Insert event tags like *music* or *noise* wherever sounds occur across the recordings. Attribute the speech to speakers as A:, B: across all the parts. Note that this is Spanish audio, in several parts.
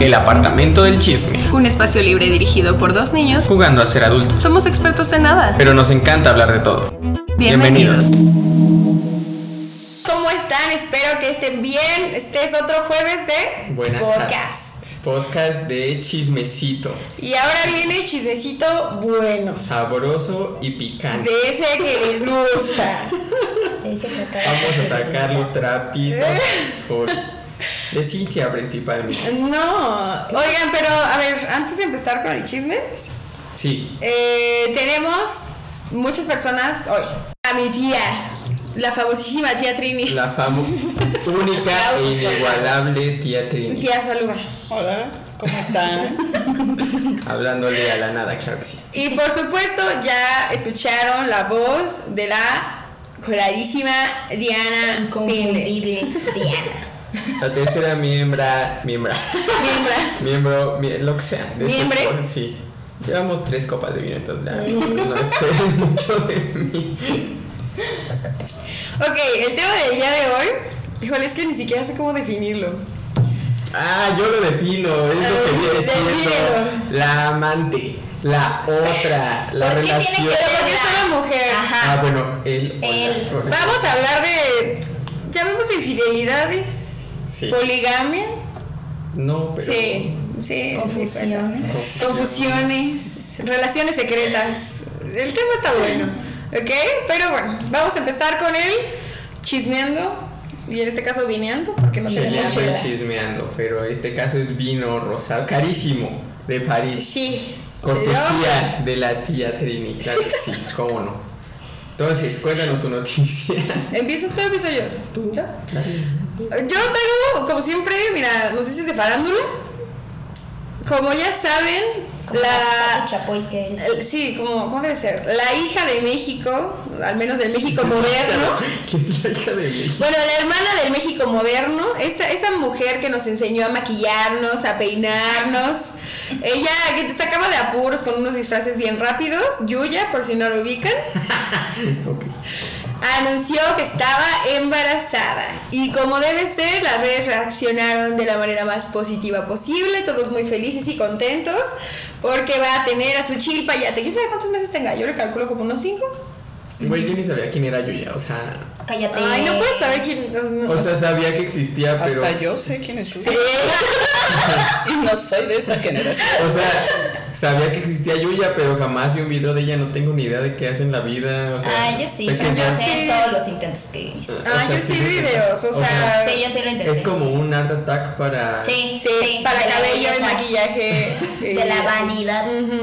A: El apartamento del chisme.
B: Un espacio libre dirigido por dos niños.
A: Jugando a ser adultos.
B: Somos expertos en nada.
A: Pero nos encanta hablar de todo.
B: Bienvenidos.
C: ¿Cómo están? Espero que estén bien. Este es otro jueves de
A: Buenas
C: podcast.
A: tardes. Podcast de chismecito.
C: Y ahora viene chisecito bueno.
A: Sabroso y picante.
C: De ese que les gusta. De *laughs* ese que acaba-
A: Vamos a sacar los trapitos al sol. De Cintia principalmente.
C: No. Oigan, pero a ver, antes de empezar con el chisme,
A: Sí.
C: eh, tenemos muchas personas hoy. A mi tía, la famosísima tía Trini.
A: La famo única e
C: Aplausos,
A: inigualable tía Trini.
C: Tía, saluda.
D: Hola, ¿cómo están?
A: Hablándole a la nada, claro que sí.
C: Y por supuesto, ya escucharon la voz de la coladísima Diana Pile.
E: Inconfundible, Diana.
A: La tercera miembra. Miembra.
C: *laughs* Miembra.
A: Miembro. mie- lo que sea. de este
C: ¿Miembre?
A: pod- Sí. Llevamos tres copas de vino, entonces ya, *laughs* no esperen mucho de mí.
C: Ok, el tema del día de hoy, híjole, es que ni siquiera sé cómo definirlo.
A: Ah, yo lo defino, es lo que viene siendo
C: Ah, Defínelo.
A: la amante, la otra, la
E: ¿Por qué tiene
A: relación.
E: que
C: Pero porque es una mujer.
E: Ajá.
A: Ah, bueno, él o la-
E: Él.
A: por-
C: Vamos a hablar de, llamémosle infidelidades,
A: Sí. Pues
C: poligamia,
A: No, pero.
C: sí, sí, sí,
E: Confusiones.
C: cuenta. confusiones, relaciones secretas. El tema está bueno, ok, pero bueno, vamos a empezar con el chismeando, y en este caso vineando, porque no
A: Se
C: tenemos
A: llama
C: chela.
A: chismeando, pero este caso es vino rosado, carísimo, de París.
C: Sí.
A: Cortesía de la tía Trini, claro que sí, cómo no. Entonces, cuéntanos tu noticia.
C: ¿Empiezas tú o empiezo yo? ¿Ya? Yo tengo, como siempre, mira, noticias de farándula. Como ya saben,
E: Como
C: la...
E: la chapoy que eres.
C: el- sí, como, ¿cómo debe ser? La hija de México, al menos del México
A: *laughs*
C: moderno.
A: ¿Quién es la hija de México?
C: Bueno, la hermana del México moderno, esa, esa mujer que nos enseñó a maquillarnos, a peinarnos, ella que te sacaba de apuros con unos disfraces bien rápidos, Yuya, por si no lo ubican,
A: Ok.
C: anunció que estaba embarazada. Y como debe ser, las redes reaccionaron de la manera más positiva posible, todos muy felices y contentos, porque va a tener a su chilpayate. ¿Quién sabe cuántos meses tenga? Yo le calculo como unos 5.
A: Güey, yo ni sabía quién era Yuya, o sea.
E: Cállate.
C: Ay, no puedes saber quién... no,
E: Mm.
C: no.
A: O sea, sabía que existía, pero.
D: Hasta yo sé quién es tú.
C: Sí.
D: *laughs* Y no soy de esta generación.
A: O sea, sabía que existía Yuya, pero jamás vi un video de ella, no tengo ni idea de qué hace en la vida. O sea,
E: Ah, yo sí,
A: sé que
E: pero yo
A: es-
C: sí.
E: sé todos los intentos que hice.
A: o
C: Ah,
A: sea,
C: yo sí
A: lo
C: vi
A: intenté.
C: videos, o sea,
E: Sí, yo sí lo intenté.
A: es como un art attack para.
E: Sí,
C: Sí, para
E: de la
C: cabello y
E: belleza,
C: maquillaje.
E: De la
C: eh,
E: vanidad.
C: ujú.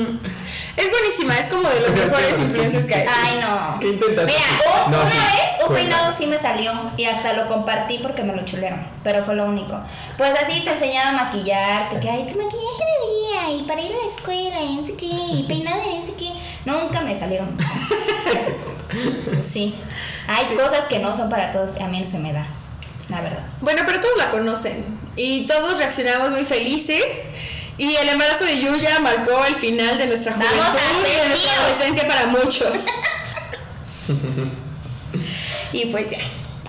C: Es buenísima, es como de los
A: Pero
C: mejores
A: qué
C: influencers que hay.
E: Ay, no.
A: ¿Qué intentaste?
E: Mira, o-
A: No,
E: una
A: sí,
E: vez un
A: cuelga.
E: peinado sí me salió y hasta lo compartí porque me lo chulearon, pero fue lo único. Pues así te enseñaba a maquillarte, que ay, tu maquillaje de día y para ir a la escuela y no sé qué, y peinado y no sé qué. Nunca me salieron. sí. Hay cosas que no son para todos y a mí no se me da, la verdad.
C: Bueno, pero todos la conocen y todos reaccionamos muy felices. Y el embarazo de Yuya marcó el final de nuestra
E: Vamos
C: juventud
E: a ser
C: y de nuestra
E: tíos.
C: adolescencia para
A: *laughs*
C: muchos. y pues ya,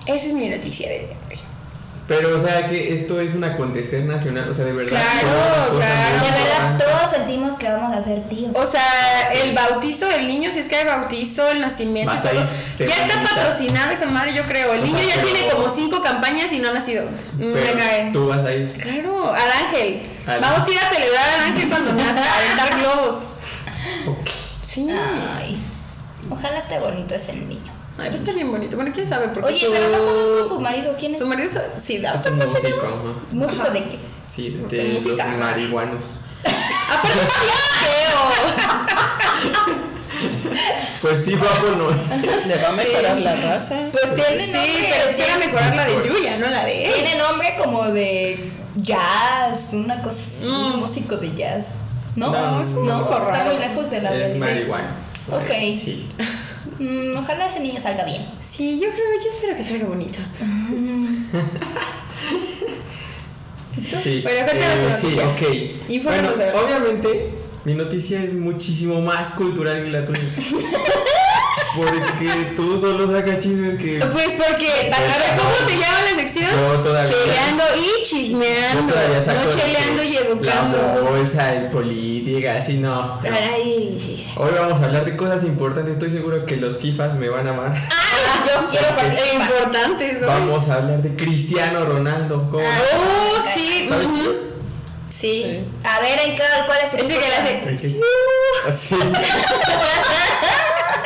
C: esa es mi noticia de hoy.
A: Pero, o sea, que esto es un acontecer nacional, o sea, de verdad.
C: Claro,
A: fue una cosa
C: claro.
A: muy
E: De verdad,
A: importante.
E: todos sentimos que vamos a ser tíos.
C: O sea, el bautizo del niño, si es que hay bautizo, el nacimiento,
A: Vas
C: y todo.
A: ahí, te
C: ya está
A: felicita.
C: patrocinada esa madre, yo creo. El
A: O
C: niño
A: sea,
C: ya
A: pero-
C: tiene como cinco campañas y no ha nacido. Mm,
A: Pero
C: Me cae.
A: Tú vas ahí.
C: Claro, al ángel.
A: Al-
C: Vamos a ir a celebrar al ángel cuando nazca, a aventar globos.
A: Ok.
C: Sí.
E: Ay, ojalá esté bonito ese niño.
C: Ay, pero está bien bonito. Bueno, quién sabe, porque
E: Oye,
C: su...
E: pero no conozco a su marido, ¿quién es?
C: Su marido está. Sí, da.
A: Es un músico, ajá.
E: ¿Músico
C: Ajá.
E: de qué?
A: Sí, de,
C: De
A: los
C: música.
A: marihuanos.
C: Aparte está bien feo.
A: Pues sí, guapo
C: *laughs*
A: no.
D: ¿Le va a mejorar la raza?
C: Pues tiene. Sí,
E: Sí, nombre,
C: pero quisiera
E: tiene-
C: mejorar la de Yuya, no la de él.
E: Tiene nombre como de jazz, una cosa así,
C: Mm.
E: músico de jazz. No,
A: No, es un músico
E: está
C: raro.
E: muy lejos de la
C: pues
A: Es
E: versión.
A: marihuano.
E: Ok.
A: Sí.
E: Mm, ojalá ese niño salga bien.
C: Sí, yo creo, yo espero que salga bonito.
A: Sí, eh,
C: Bueno, cuéntanos tu
A: sí,
C: noticia.
A: ok.
C: Infórmanos
A: Bueno,
C: de verdad.
A: obviamente, mi noticia es muchísimo más cultural que la
C: *laughs*
A: tuya. Porque tú solo sacas chismes que
C: Pues porque, a ver, ¿cómo se llama la sección?
A: yo todavía.
C: Llegando y
A: Yo
C: chismeando,
A: todavía saco
C: no
A: de que
C: cheleando y
A: La
C: educando.
A: bolsa y política, así no. no.
C: Para ir.
A: Hoy vamos a hablar de cosas importantes. Estoy seguro que los FIFAs me van a amar.
C: Ah,
E: yo quiero
C: Es
E: participar.
C: importante eso.
A: Vamos a hablar de Cristiano Ronaldo. ¿Cómo?
E: Ah,
C: Oh, sí.
A: ¿Sabes
C: ujú.
A: quién es?
C: Sí.
E: A ver, ¿en qué, ¿cuál es el
C: Ese que le hace.
A: ¿En qué? Ah, Sí.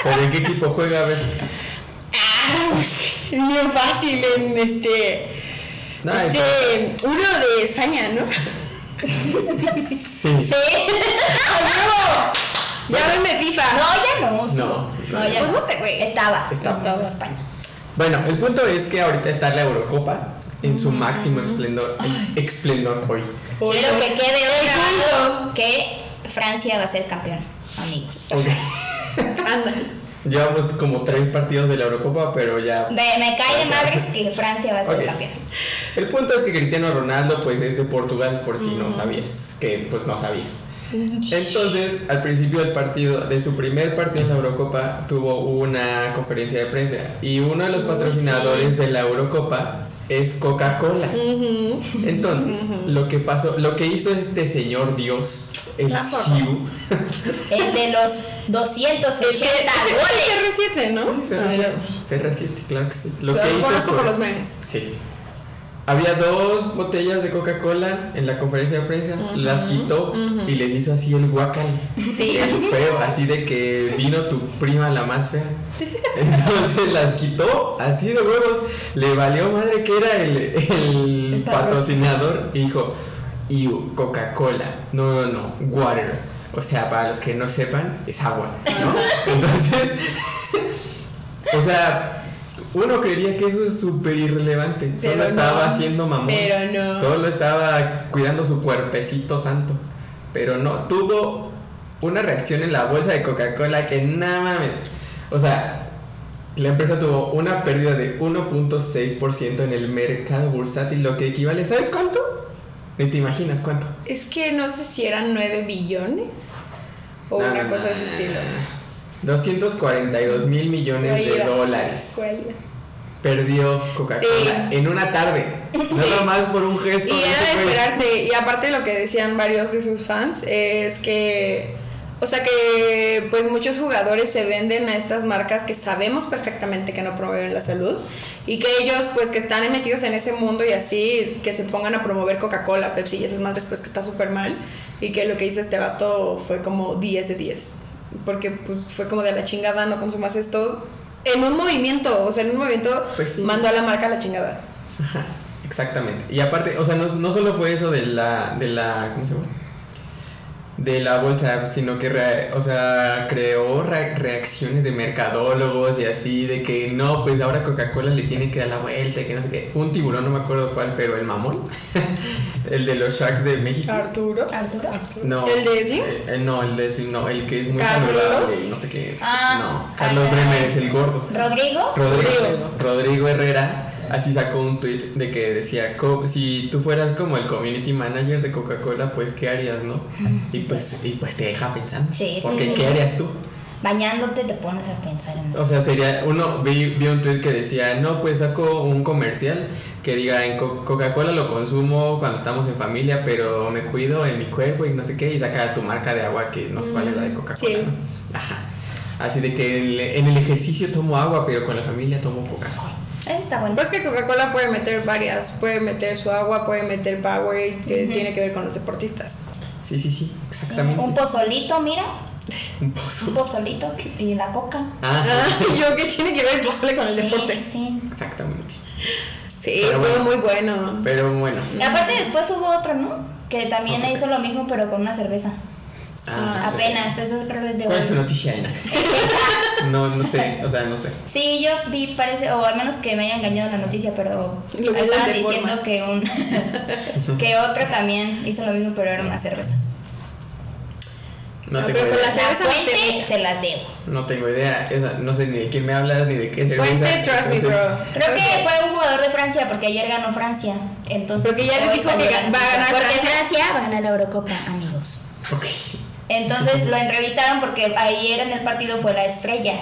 A: ¿Pero en qué equipo juega? A ver.
C: Ah, bien fácil en este.
A: No,
C: este uno de España, ¿no? *laughs*
A: Sí.
C: Sí. ¡A ¡Ah, huevo! Llámeme FIFA.
E: *laughs* No, ya no. sí.
A: No,
E: no, ya
C: Pues
E: no.
C: no sé, güey.
E: Estaba.
A: Estaba.
E: Estaba en España.
A: Bueno, el punto es que ahorita está la Eurocopa en su máximo esplendor, esplendor hoy.
E: Quiero que quede hoy
C: Oigan.
E: grabado que Francia va a ser campeón, amigos.
A: Ok. *laughs*
C: Anda.
A: Llevamos como tres partidos de la Eurocopa, pero ya
E: Me, me cae de madres que Francia va a ser
A: Ok.
E: campeón.
A: El punto es que Cristiano Ronaldo pues es de Portugal por si
C: Mm.
A: no sabías, que pues no sabías. Entonces, al principio del partido, de su primer partido en la Eurocopa, tuvo una conferencia de prensa y uno de los patrocinadores de la Eurocopa es Coca-Cola. Entonces, lo que pasó, lo que hizo este señor Dios, el Siu,
E: El de los 280 goles.
C: CR7, ¿no?
A: CR7, CR7, claro que sí. Lo
C: Lo
A: que pues, hizo
C: conozco
A: fue-
C: por los memes.
A: Sí. Había dos botellas de Coca-Cola en la conferencia de prensa, las quitó y le hizo así el guacal.
C: Sí.
A: El feo, así de que vino tu prima la más fea. Entonces las quitó así de huevos. Le valió madre que era el, el patrocinador y dijo, y Coca-Cola. No, no, no, water. O sea, para los que no sepan, es agua. ¿no?
C: *laughs*
A: Entonces, o sea, uno creería que eso es súper irrelevante. Solo
C: Pero no,
A: estaba haciendo mamón.
C: pero no.
A: Solo estaba cuidando su cuerpecito santo. Pero no, tuvo una reacción en la bolsa de Coca-Cola que nada mames. O sea, la empresa tuvo una pérdida de 1.6% en el mercado bursátil, lo que equivale, ¿sabes cuánto? Ni te imaginas cuánto.
C: Es que no sé si eran 9 billones o
A: No,
C: una
A: no,
C: cosa
A: no,
C: de ese
A: no,
C: estilo.
A: no, no. 242 mil millones
C: Ahí
A: de
C: va.
A: dólares.
C: ¿Cuál era?
A: Perdió Coca-Cola
C: Sí.
A: en una
C: *laughs*
A: tarde. Nada más por un gesto.
C: Y
A: de
C: era de
A: ese güey.
C: esperarse. Y aparte lo que decían varios de sus fans es que. O sea que pues muchos jugadores se venden a estas marcas que sabemos perfectamente que no promueven la salud y que ellos pues que están metidos en ese mundo y así que se pongan a promover Coca-Cola, Pepsi y esas madres pues que está súper mal y que lo que hizo este vato fue como 10 de 10 porque pues fue como de la chingada no consumas esto en un movimiento, o sea en un movimiento
A: Pues sí.
C: mandó a la marca a la chingada.
A: Exactamente. Y aparte, o sea, no, no solo fue eso de la, de la, ¿cómo se llama? De la bolsa, sino que, re- o sea, creó re- reacciones de mercadólogos y así, de que no, pues ahora Coca-Cola le tiene que dar la vuelta, y que no sé qué. Un tiburón, no me acuerdo cuál, pero el mamón, *laughs* el de los Sharks de México.
C: Arturo.
E: Arturo.
A: No.
C: ¿El de Slim?
A: Eh, eh, no, el de Slim, no, el que es muy
C: ¿Carlos?
A: saludable, y no sé qué.
E: Ah,
A: no, Carlos
E: ay,
A: Bremer
E: ay.
A: es el gordo.
E: Rodrigo.
A: Rodrigo,
D: Rodrigo.
A: Rodrigo Herrera así sacó un tweet de que decía, "Co- si tú fueras como el community manager de Coca-Cola, pues ¿qué harías, no? Y pues, y pues te deja pensando.
E: Sí,
A: porque
E: sí.
A: ¿qué harías tú?
E: Bañándote te pones a pensar en
A: O
E: eso.
A: sea, sería, uno vi, vi un tweet que decía, no, pues saco un comercial que diga, en Co- Coca-Cola lo consumo cuando estamos en familia, pero me cuido en mi cuerpo y no sé qué, y saca tu marca de agua que no sé cuál es la de Coca-Cola.
C: sí.
A: ¿no? Ajá. Así de que en el- en el ejercicio tomo agua, pero con la familia tomo Coca-Cola.
E: Eso está bueno.
C: Pues que Coca-Cola puede meter varias, puede meter su agua, puede meter Powerade, que tiene que ver con los deportistas. *laughs*
A: Sí, sí, sí,
E: Sí,
A: exactamente.
E: un pozolito, mira.
A: Un pozo.
E: Un pozolito y la coca.
A: Ah,
C: yo qué tiene que ver el pozole con el
E: sí,
C: deporte.
E: sí.
A: exactamente.
C: Sí,
A: Pero bueno.
C: estuvo muy bueno.
A: Pero bueno.
E: Y aparte después hubo otro, ¿no? Que también
A: Otro.
E: hizo lo mismo pero con una cerveza.
A: Ah, no sé.
E: Apenas, eso creo que es de
A: ¿Cuál es tu
E: hoy.
A: noticia,
C: *laughs*
A: Ana? No, no sé, o sea, no sé.
E: Sí, yo vi, parece, o al menos que me haya engañado la noticia, pero
C: Lo viste
E: estaban
C: de forma.
E: diciendo que
C: *laughs*
E: un *laughs* que otro también hizo lo mismo pero era una cerveza.
A: No,
C: No,
A: tengo
C: pero con
A: idea.
C: La
E: La
C: cerveza no se
E: fuente
C: mira.
E: se las debo.
A: No tengo idea. Esa, no sé ni de quién me hablas ni de qué
C: Fuente,
A: cerveza,
C: trust me,
A: entonces-
C: bro.
E: Creo que fue un jugador de Francia porque ayer ganó Francia. Entonces,
C: Porque ya les
E: hoy
C: dijo
E: salió
C: que
E: la
C: gan- va a
E: noticia.
C: ganar
E: Porque
C: Francia.
E: Francia va a ganar la Eurocopa, amigos.
A: Ok.
E: Entonces lo entrevistaron porque ayer en el partido fue la estrella.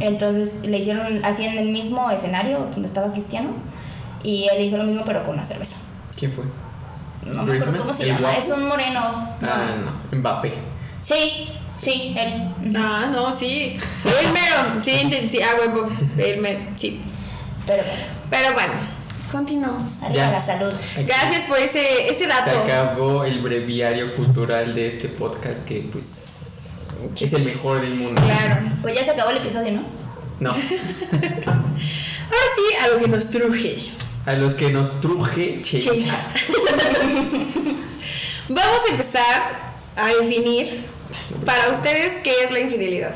E: Entonces le hicieron así en el mismo escenario donde estaba Cristiano. Y él hizo lo mismo pero con una cerveza.
A: ¿Quién fue?
E: No me acuerdo
A: ¿Griezmann?
E: cómo se
A: ¿El
E: llama.
A: guapo?
E: Es un moreno. No.
A: Ah, no, Mbappé.
E: Sí, sí, él.
C: No, no, sí. El mero. Sí, ent- sí, ah, huevo. El mero, sí.
E: Pero bueno,
C: Pero bueno, continuamos.
E: arriba
A: Ya.
E: la salud.
C: Gracias por ese, ese
A: Se
C: dato.
A: acabó el breviario cultural de este podcast que pues es el mejor del mundo.
C: Claro.
E: Pues ya se acabó el episodio, ¿no?
A: No,
C: Ahora sí, a lo que nos truje.
A: a los que nos truje checha.
C: Chencha. Vamos a empezar a definir para ustedes qué es la infidelidad.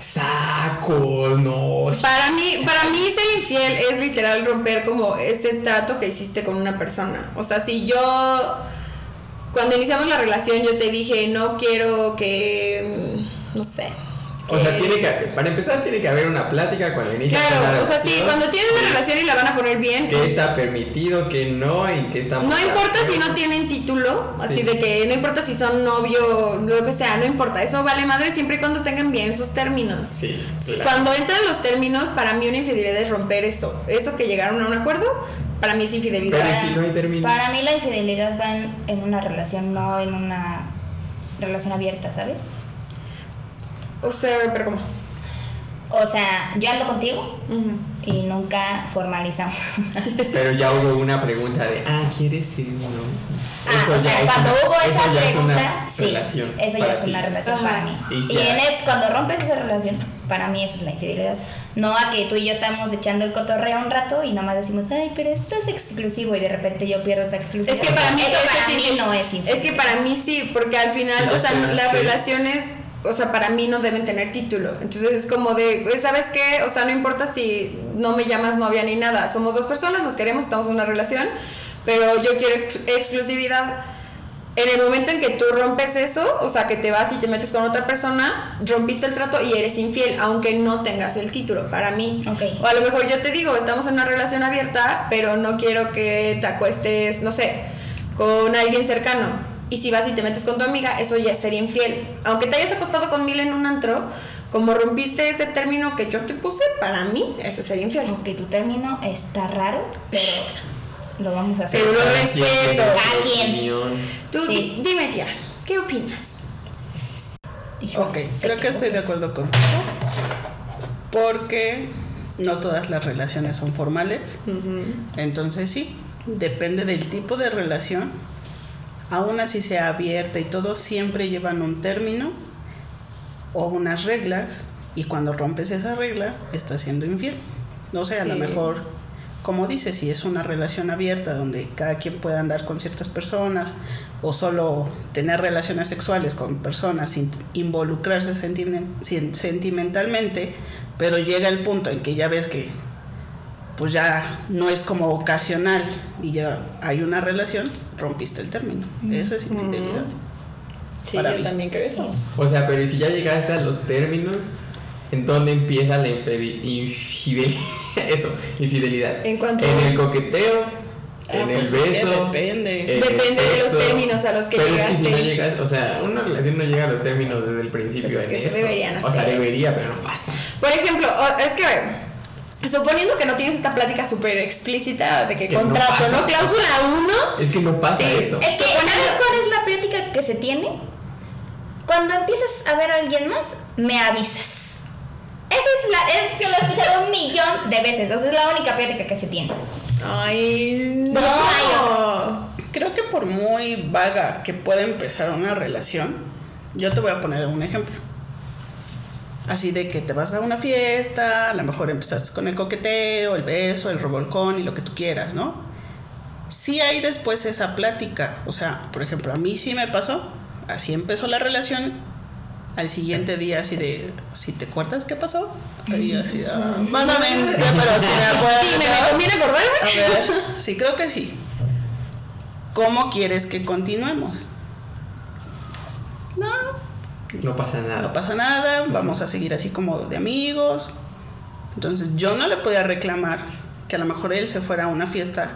A: Sacos, no.
C: Para mí, para mí ser infiel es literal romper como ese trato que hiciste con una persona. O sea, si yo cuando iniciamos la relación yo te dije no quiero que mm, no sé.
A: O sea,
C: que-
A: tiene que, para empezar tiene que haber una plática cuando inicias una
C: Claro, o sea, sí,
A: relación.
C: cuando tienen una relación y la van a poner bien,
A: qué está permitido, qué no, en qué estamos.
C: No
A: de
C: importa si
A: acuerdo.
C: no tienen título, así
A: Sí.
C: de que no importa si son novio, lo que sea, no importa. Eso vale madre siempre y cuando tengan bien sus términos.
A: Sí, claro.
C: Cuando entran los términos, para mí una infidelidad es romper eso. Eso que llegaron a un acuerdo, para mí es infidelidad.
A: Pero ¿y si no hay términos?
E: Para mí la infidelidad va en, en una relación, no en una relación abierta, ¿sabes?
C: O sea, pero ¿cómo?
E: O sea, yo ando contigo
C: Ujú.
E: y nunca formalizamos.
A: Pero ya hubo una pregunta de, ah, ¿quieres ser mi novio?
E: *laughs* Ah, o sea,
A: es
E: cuando
A: una-
E: hubo
A: eso
E: esa
A: ya es una
E: pregunta, sí,
A: relación
E: eso ya
A: para
E: es
A: ti.
E: una relación
C: Ajá.
E: para mí.
A: Y
E: Y,
A: ya.
E: en es cuando rompes esa relación, para mí esa es la infidelidad. No a que tú y yo estamos echando el cotorreo un rato y nomás decimos, ay, pero esto es exclusivo y de repente yo pierdo esa exclusividad.
C: Es que para mí
E: eso,
C: eso
E: para
C: es
E: mí
C: infidel-
E: no es infidelidad.
C: Es que para mí sí, porque al final,
A: Sí,
C: o sea,
A: apenas
C: las
A: que-
C: relaciones, o sea, para mí no deben tener título. Entonces es como de, güey, ¿sabes qué? O sea, no importa si no me llamas novia ni nada. Somos dos personas, nos queremos, estamos en una relación, pero yo quiero ex- exclusividad. En el momento en que tú rompes eso, o sea, que te vas y te metes con otra persona, rompiste el trato y eres infiel, aunque no tengas el título, para mí.
E: Ok.
C: O a lo mejor yo te digo, estamos en una relación abierta, pero no quiero que te acuestes, no sé, con alguien cercano. Y si vas y te metes con tu amiga, eso ya sería infiel. Aunque te hayas acostado con mil en un antro, como rompiste ese término que yo te puse, para mí eso sería infiel.
E: Aunque tu término está raro, pero lo vamos a hacer.
C: Pero lo
A: Cada quien tiene
C: respeto.
A: su
E: Cada quien.
A: opinión.
C: Tú
E: Sí.
C: di- dime, tía, ¿qué opinas?
E: Híjole,
D: Ok,
E: se
D: creo que
E: quedó.
D: estoy de acuerdo contigo. Porque no todas las relaciones son formales. Entonces sí, depende del tipo de relación. Aún así sea abierta y todo, siempre llevan un término o unas reglas. Y cuando rompes esa regla, estás siendo infiel. No sé, a lo
C: Sí.
D: mejor, como dices, si es una relación abierta donde cada quien puede andar con ciertas personas o solo tener relaciones sexuales con personas sin involucrarse sentimen- sin- sentimentalmente, pero llega el punto en que ya ves que pues ya no es como ocasional y ya hay una relación, rompiste el término. Eso es infidelidad.
C: Mm. Sí,
D: Para
C: yo
D: mí.
C: también creo eso.
A: O sea, pero ¿y si ya llegaste a los términos, ¿en dónde empieza la infide- infidelidad? *laughs* Eso, infidelidad.
C: En cuanto-
A: En el coqueteo,
D: Ah,
A: en el
D: pues es que
A: beso. Eh.
D: depende.
A: en el
C: Depende de los
A: sexo.
C: términos a los que
A: pero Es que si no
C: llegaste.
A: llegas, o sea, una relación no llega a los términos desde el principio.
C: Pues es
A: en
C: que eso deberían
A: O sea,
C: hacer.
A: debería, pero no pasa.
C: Por ejemplo, o- es que a ver, suponiendo que no tienes esta plática súper explícita de que,
A: Que no
C: contrato,
A: pasa.
C: ¿no? Cláusula 1.
A: Es que no pasa
C: Sí,
A: eso.
E: Es que,
C: Suponiendo-
E: ¿sabes cuál es la plática que se tiene? Cuando empiezas a ver a alguien más, me avisas. Eso es la. Es que lo he escuchado un millón de veces. O sea, es la única plática que se tiene.
C: Ay,
E: No,
C: no.
D: Creo que por muy vaga que pueda empezar una relación, yo te voy a poner un ejemplo. Así de que te vas a una fiesta, a lo mejor empezaste con el coqueteo, el beso, el revolcón y lo que tú quieras, ¿no? Sí hay después esa plática, o sea, por ejemplo, a mí sí me pasó, así empezó la relación, al siguiente día así de, si te acuerdas qué pasó, y yo así, ah, vagamente, pero *laughs* sí me acuerdo.
C: Dime, ¿me conviene
D: A
C: acordarme?
D: ver, sí, creo que sí. ¿Cómo quieres que continuemos? No,
A: No pasa
D: no
A: nada.
D: pasa nada, vamos a seguir así como de amigos. Entonces yo no le podía reclamar que a lo mejor él se fuera a una fiesta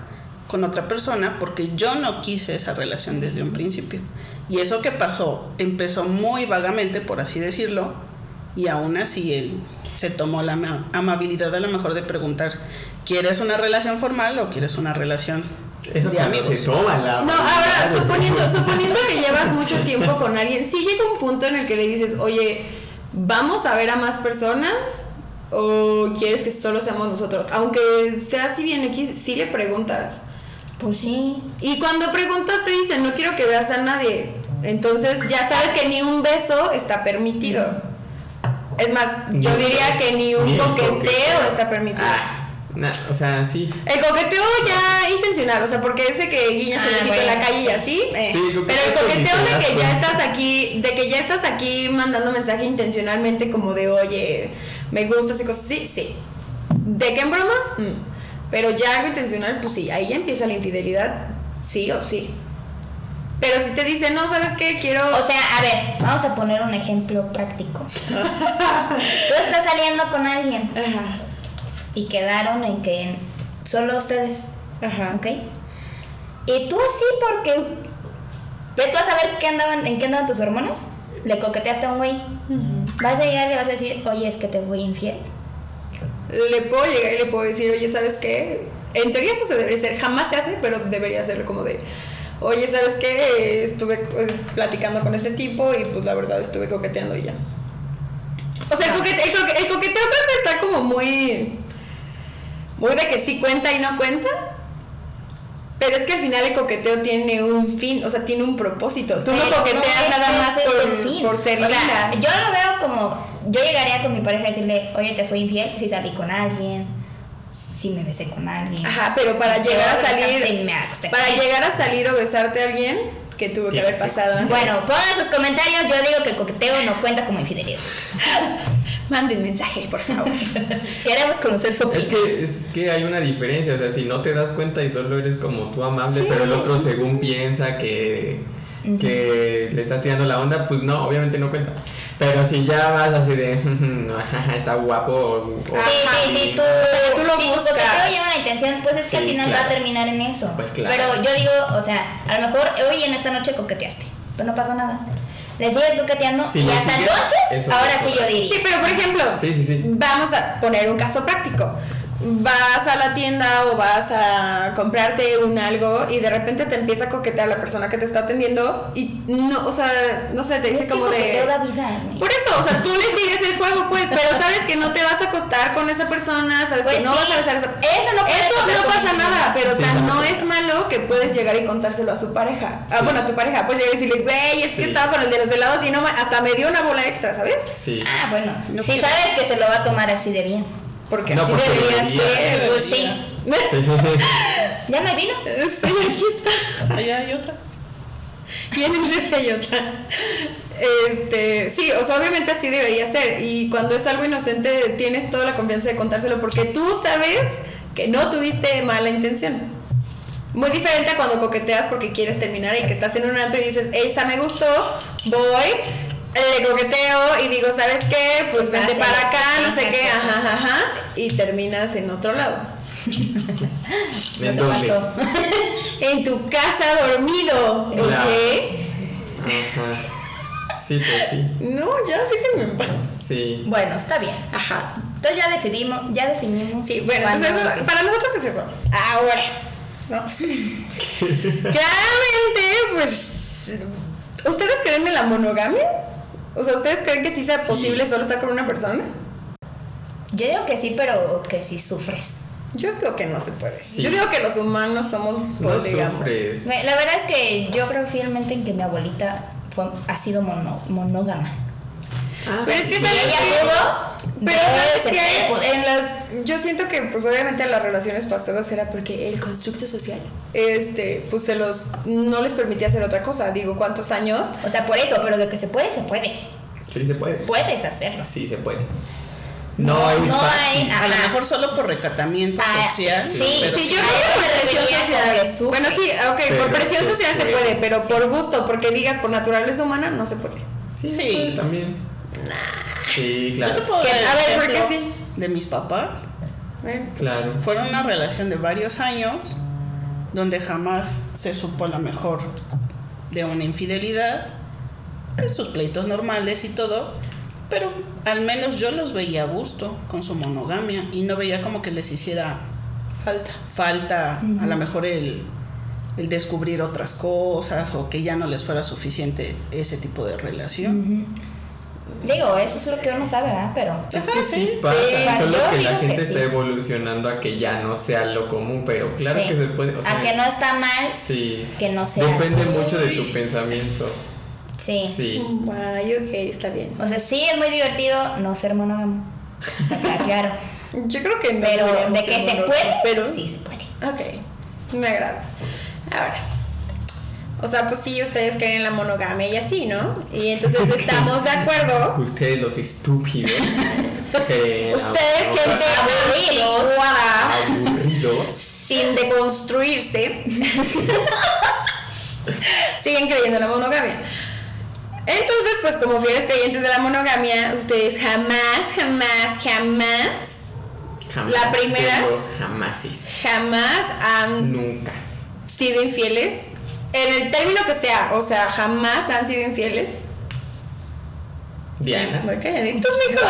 D: con otra persona porque yo no quise esa relación desde un principio. Y eso que pasó empezó muy vagamente, por así decirlo, Y aún así él se tomó la ama- amabilidad a lo mejor de preguntar, ¿quieres una relación formal o quieres una relación
A: Eso
D: de
A: cuando
D: amigos?
A: se toma la.
C: No, ahora,
A: *laughs*
C: suponiendo, suponiendo que llevas mucho tiempo con alguien, si llega un punto en el que le dices, oye, vamos a ver a más personas o quieres que solo seamos nosotros. Aunque sea así bien X, sí le preguntas.
E: Pues sí.
C: Y cuando preguntas te dicen, no quiero que veas a nadie. Entonces ya sabes que ni un beso está permitido. Es más,
A: Ni
C: yo
A: un
C: diría
A: beso,
C: que ni un
A: ni un
C: coqueteo
A: coqueteo.
C: está permitido.
A: Ah, na- o sea, sí.
C: El coqueteo ya intencional, o sea, porque ese que guiñas
E: Ah,
C: el ojito en la
E: bueno.
C: calle y así. eh.
A: Sí, el coqueteo
C: pero el coqueteo
A: ni te
C: de
A: das
C: que ya
A: cuenta.
C: estás aquí, de que ya estás aquí mandando mensaje intencionalmente como de, oye, me gustas y cosas así, sí. ¿De qué en broma? Mm. Pero ya algo intencional, pues sí, ahí ya empieza la infidelidad, sí o sí. Pero si te dicen, no, ¿sabes qué? Quiero...
E: O sea, a ver, vamos a poner un ejemplo práctico.
D: *laughs*
E: Tú estás saliendo con alguien
C: Ajá,
E: y quedaron en que solo ustedes,
C: ajá.
E: ¿ok? Y tú así porque ve tú a saber qué andaban, en qué andaban tus hormonas. Le coqueteaste a un güey. Vas a llegar y le vas a decir, oye, es que te fui infiel.
C: le puedo llegar y le puedo decir, oye, ¿sabes qué? En teoría eso se debería hacer, jamás se hace, pero debería hacerlo como de, oye, ¿sabes qué? Estuve eh, platicando con este tipo y pues la verdad estuve coqueteando y ya. O sea, el, coquete- el coque- el coqueteo creo que está como muy... Muy de que sí cuenta y no cuenta. Pero es que al final el coqueteo tiene un fin, o sea, tiene un propósito. Tú
E: Sí,
C: no coqueteas
E: no,
C: nada
E: ese-
C: más
E: ese es el
C: por,
E: fin.
C: por ser
E: O
C: linda.
E: sea, yo lo veo como. Yo llegaría con mi pareja a decirle, oye, te fui infiel si salí con alguien, si me besé con alguien.
C: Ajá, pero para
E: Yo
C: llegar a
E: ahorita
C: salir.
E: sí me este acosté.
C: Para llegar a salir o besarte a alguien, que tuvo que
A: Tienes
C: haber
A: que-
C: pasado antes.
E: Bueno,
C: *laughs*
E: pongan sus comentarios. Yo digo que el coqueteo no cuenta como infidelidad.
C: manden mensaje, por favor.
E: Queremos conocer su opinión.
A: Es que, es que hay una diferencia, o sea, si no te das cuenta y solo eres como tú amable, pero el otro según piensa que, que le estás tirando la onda, pues no, obviamente no cuenta. Pero si ya vas así de, *laughs* "No, ajá, está guapo o... o-
E: Sí, sí, sí, tú,
C: sea, que tú lo
E: si tu
C: buscas.
E: coqueteo lleva una intención, pues es que
A: Sí,
E: al final va
A: claro.
E: a terminar en eso.
A: Pues claro.
E: Pero yo digo, o sea, a lo mejor hoy en esta noche coqueteaste, pero no pasó nada. Le sigues coqueteando
A: Si
E: y
A: le
E: hasta
A: sigues,
E: entonces,
A: eso
E: ahora
A: es
E: sí
A: otra.
E: yo diría.
C: Sí, pero por ejemplo,
A: Sí, sí, sí.
C: vamos a poner un caso práctico. Vas a la tienda o vas a comprarte un algo y de repente te empieza a coquetear la persona que te está atendiendo y no, o sea, no sé, te dice
E: Pues es
C: como
E: que coqueteo
C: de...
E: da vida. ¿eh? güey.
C: Por eso, o sea, tú le sigues el juego, pues, pero sabes que no te vas a acostar con esa persona, sabes
E: Pues
C: que no
E: sí.
C: vas a besar a esa
E: Eso no puede
C: Eso
E: contar
C: no
E: como
C: pasa
E: infidelidad.
C: nada, pero
A: Sí,
C: tan
A: eso no
C: no
A: pasa
C: es malo que puedes llegar y contárselo a su pareja. Ah, bueno, a tu pareja, pues llegar y decirle, güey, es que
A: Sí.
C: estaba con el de los helados y no ma- hasta me dio una bola extra, ¿sabes?
A: Sí.
E: Ah, bueno.
D: No
E: si
D: quiero.
E: sabes que se lo va a tomar así de bien.
C: Porque
A: No,
C: así
A: porque
C: debería
A: debería.
C: ser.
E: Pues sí.
D: Debería.
A: Sí.
E: ¿Ya no hay vino?
C: *laughs* Sí, aquí está.
D: Allá hay otra.
C: Y en el refri hay otra. Este, sí, o sea, obviamente así debería ser. Y cuando es algo inocente, tienes toda la confianza de contárselo porque tú sabes que no tuviste mala intención. Muy diferente a cuando coqueteas porque quieres terminar y que estás en un antro y dices, esa me gustó, voy, le coqueteo y digo, ¿sabes qué? Pues vente
E: Pásale,
C: para acá, no sé
E: pásale,
C: qué,
E: pásale.
C: ajá, ajá, ajá, y terminas en otro lado.
E: No
A: ¿En
E: te
A: dónde?
E: pasó.
C: En tu casa dormido, ¿ok?
A: Claro. Ajá. Sí, pues sí.
C: No, ya déjenme en paz.
A: Sí.
E: Bueno, está bien.
C: Ajá.
E: Entonces ya definimos, ya definimos.
C: Sí, bueno,
E: cuándo-
C: entonces eso, para nosotros es eso. Ahora. No, pues, Claramente, pues. ¿Ustedes creen en la monogamia? O sea, ¿ustedes creen que sí sea posible solo estar con una persona?
E: Yo digo que sí, pero que sí sufres.
C: Yo creo que no se puede.
A: Sí.
C: Yo digo que los humanos somos
A: No
C: polígamos.
A: sufres.
E: Me- La verdad es que yo creo fielmente en que mi abuelita fue- ha sido mono- monógama.
C: Pero es que
E: Si
C: sabes
E: ella
C: que-
E: pudo,
C: Pero
E: yo
C: sabes
E: se puedo.
C: que en las yo siento que pues obviamente las relaciones pasadas era porque el constructo social este pues se los no les permitía hacer otra cosa, digo, cuántos años
E: O sea, por eso, pero de que se puede, se puede.
A: Sí se puede.
E: Puedes hacerlo.
A: Sí se puede. No es
E: no
A: fácil.
E: hay-
D: A lo
E: Ajá.
D: mejor solo por recatamiento
E: Ah,
D: social.
E: sí,
D: pero
C: Sí, yo
E: A
C: creo que
E: eso
C: por
E: me
C: presión
E: refería con que
C: social.
E: sufres.
C: Bueno, sí, ok, por
A: Pero
C: presión
A: se
C: social se
A: puede.
C: puede, pero por gusto, porque digas por naturaleza humana, no se puede.
A: Sí,
D: Sí.
A: se puede también. Sí,
D: Yo te
A: claro.
D: puedo
C: Que-
D: dar el
C: a ver, ¿por qué
D: ejemplo
C: sí?
D: De mis papás.
A: Claro.
D: Fueron una relación de varios años donde jamás se supo la mejor de una infidelidad, en sus pleitos normales y todo, pero al menos yo los veía a gusto con su monogamia y no veía como que les hiciera
C: Falta.
D: falta a lo mejor el, el descubrir otras cosas o que ya no les fuera suficiente ese tipo de relación.
E: Digo, eso es lo que uno sabe, ¿verdad? Pero.
A: Es
C: Ah,
D: Ajá,
A: que
D: sí.
A: sí pasa,
E: Sí,
A: solo
E: yo
A: que
E: digo
A: la
E: que
A: gente
E: sí.
A: está evolucionando a que ya no sea lo común, pero claro
E: sí.
A: que se puede. o sea,
E: a que no está mal
A: Sí.
E: que no sea.
A: Depende
E: así.
A: mucho de tu pensamiento.
E: Sí.
A: Sí.
C: Ay, ok, está bien.
E: O sea, sí es muy divertido no ser monógamo. Está
A: *laughs*
E: claro.
C: Yo creo que no.
E: Pero
C: deberíamos
E: de que
C: ser
E: se
C: monógamos,
E: puede,
C: Pero
E: sí se puede.
C: Ok, me agrada. Ahora. O sea, pues sí, ustedes creen en la monogamia y así, ¿no? Y entonces estamos de acuerdo.
A: Ustedes los estúpidos. *laughs* eh, que
C: Ustedes,
A: ahora-
C: gente
E: aburridos.
C: anticuada,
A: aburridos.
C: sin deconstruirse, siguen creyendo en la monogamia. Entonces, pues como fieles creyentes de la monogamia, ustedes jamás, jamás, jamás
A: Jamás
C: La primera.
A: de Los jamases.
C: jamás han
A: Nunca.
C: sido infieles. En el término que sea, o sea, jamás han sido infieles.
A: Diana.
C: Muy calladitos, mijos.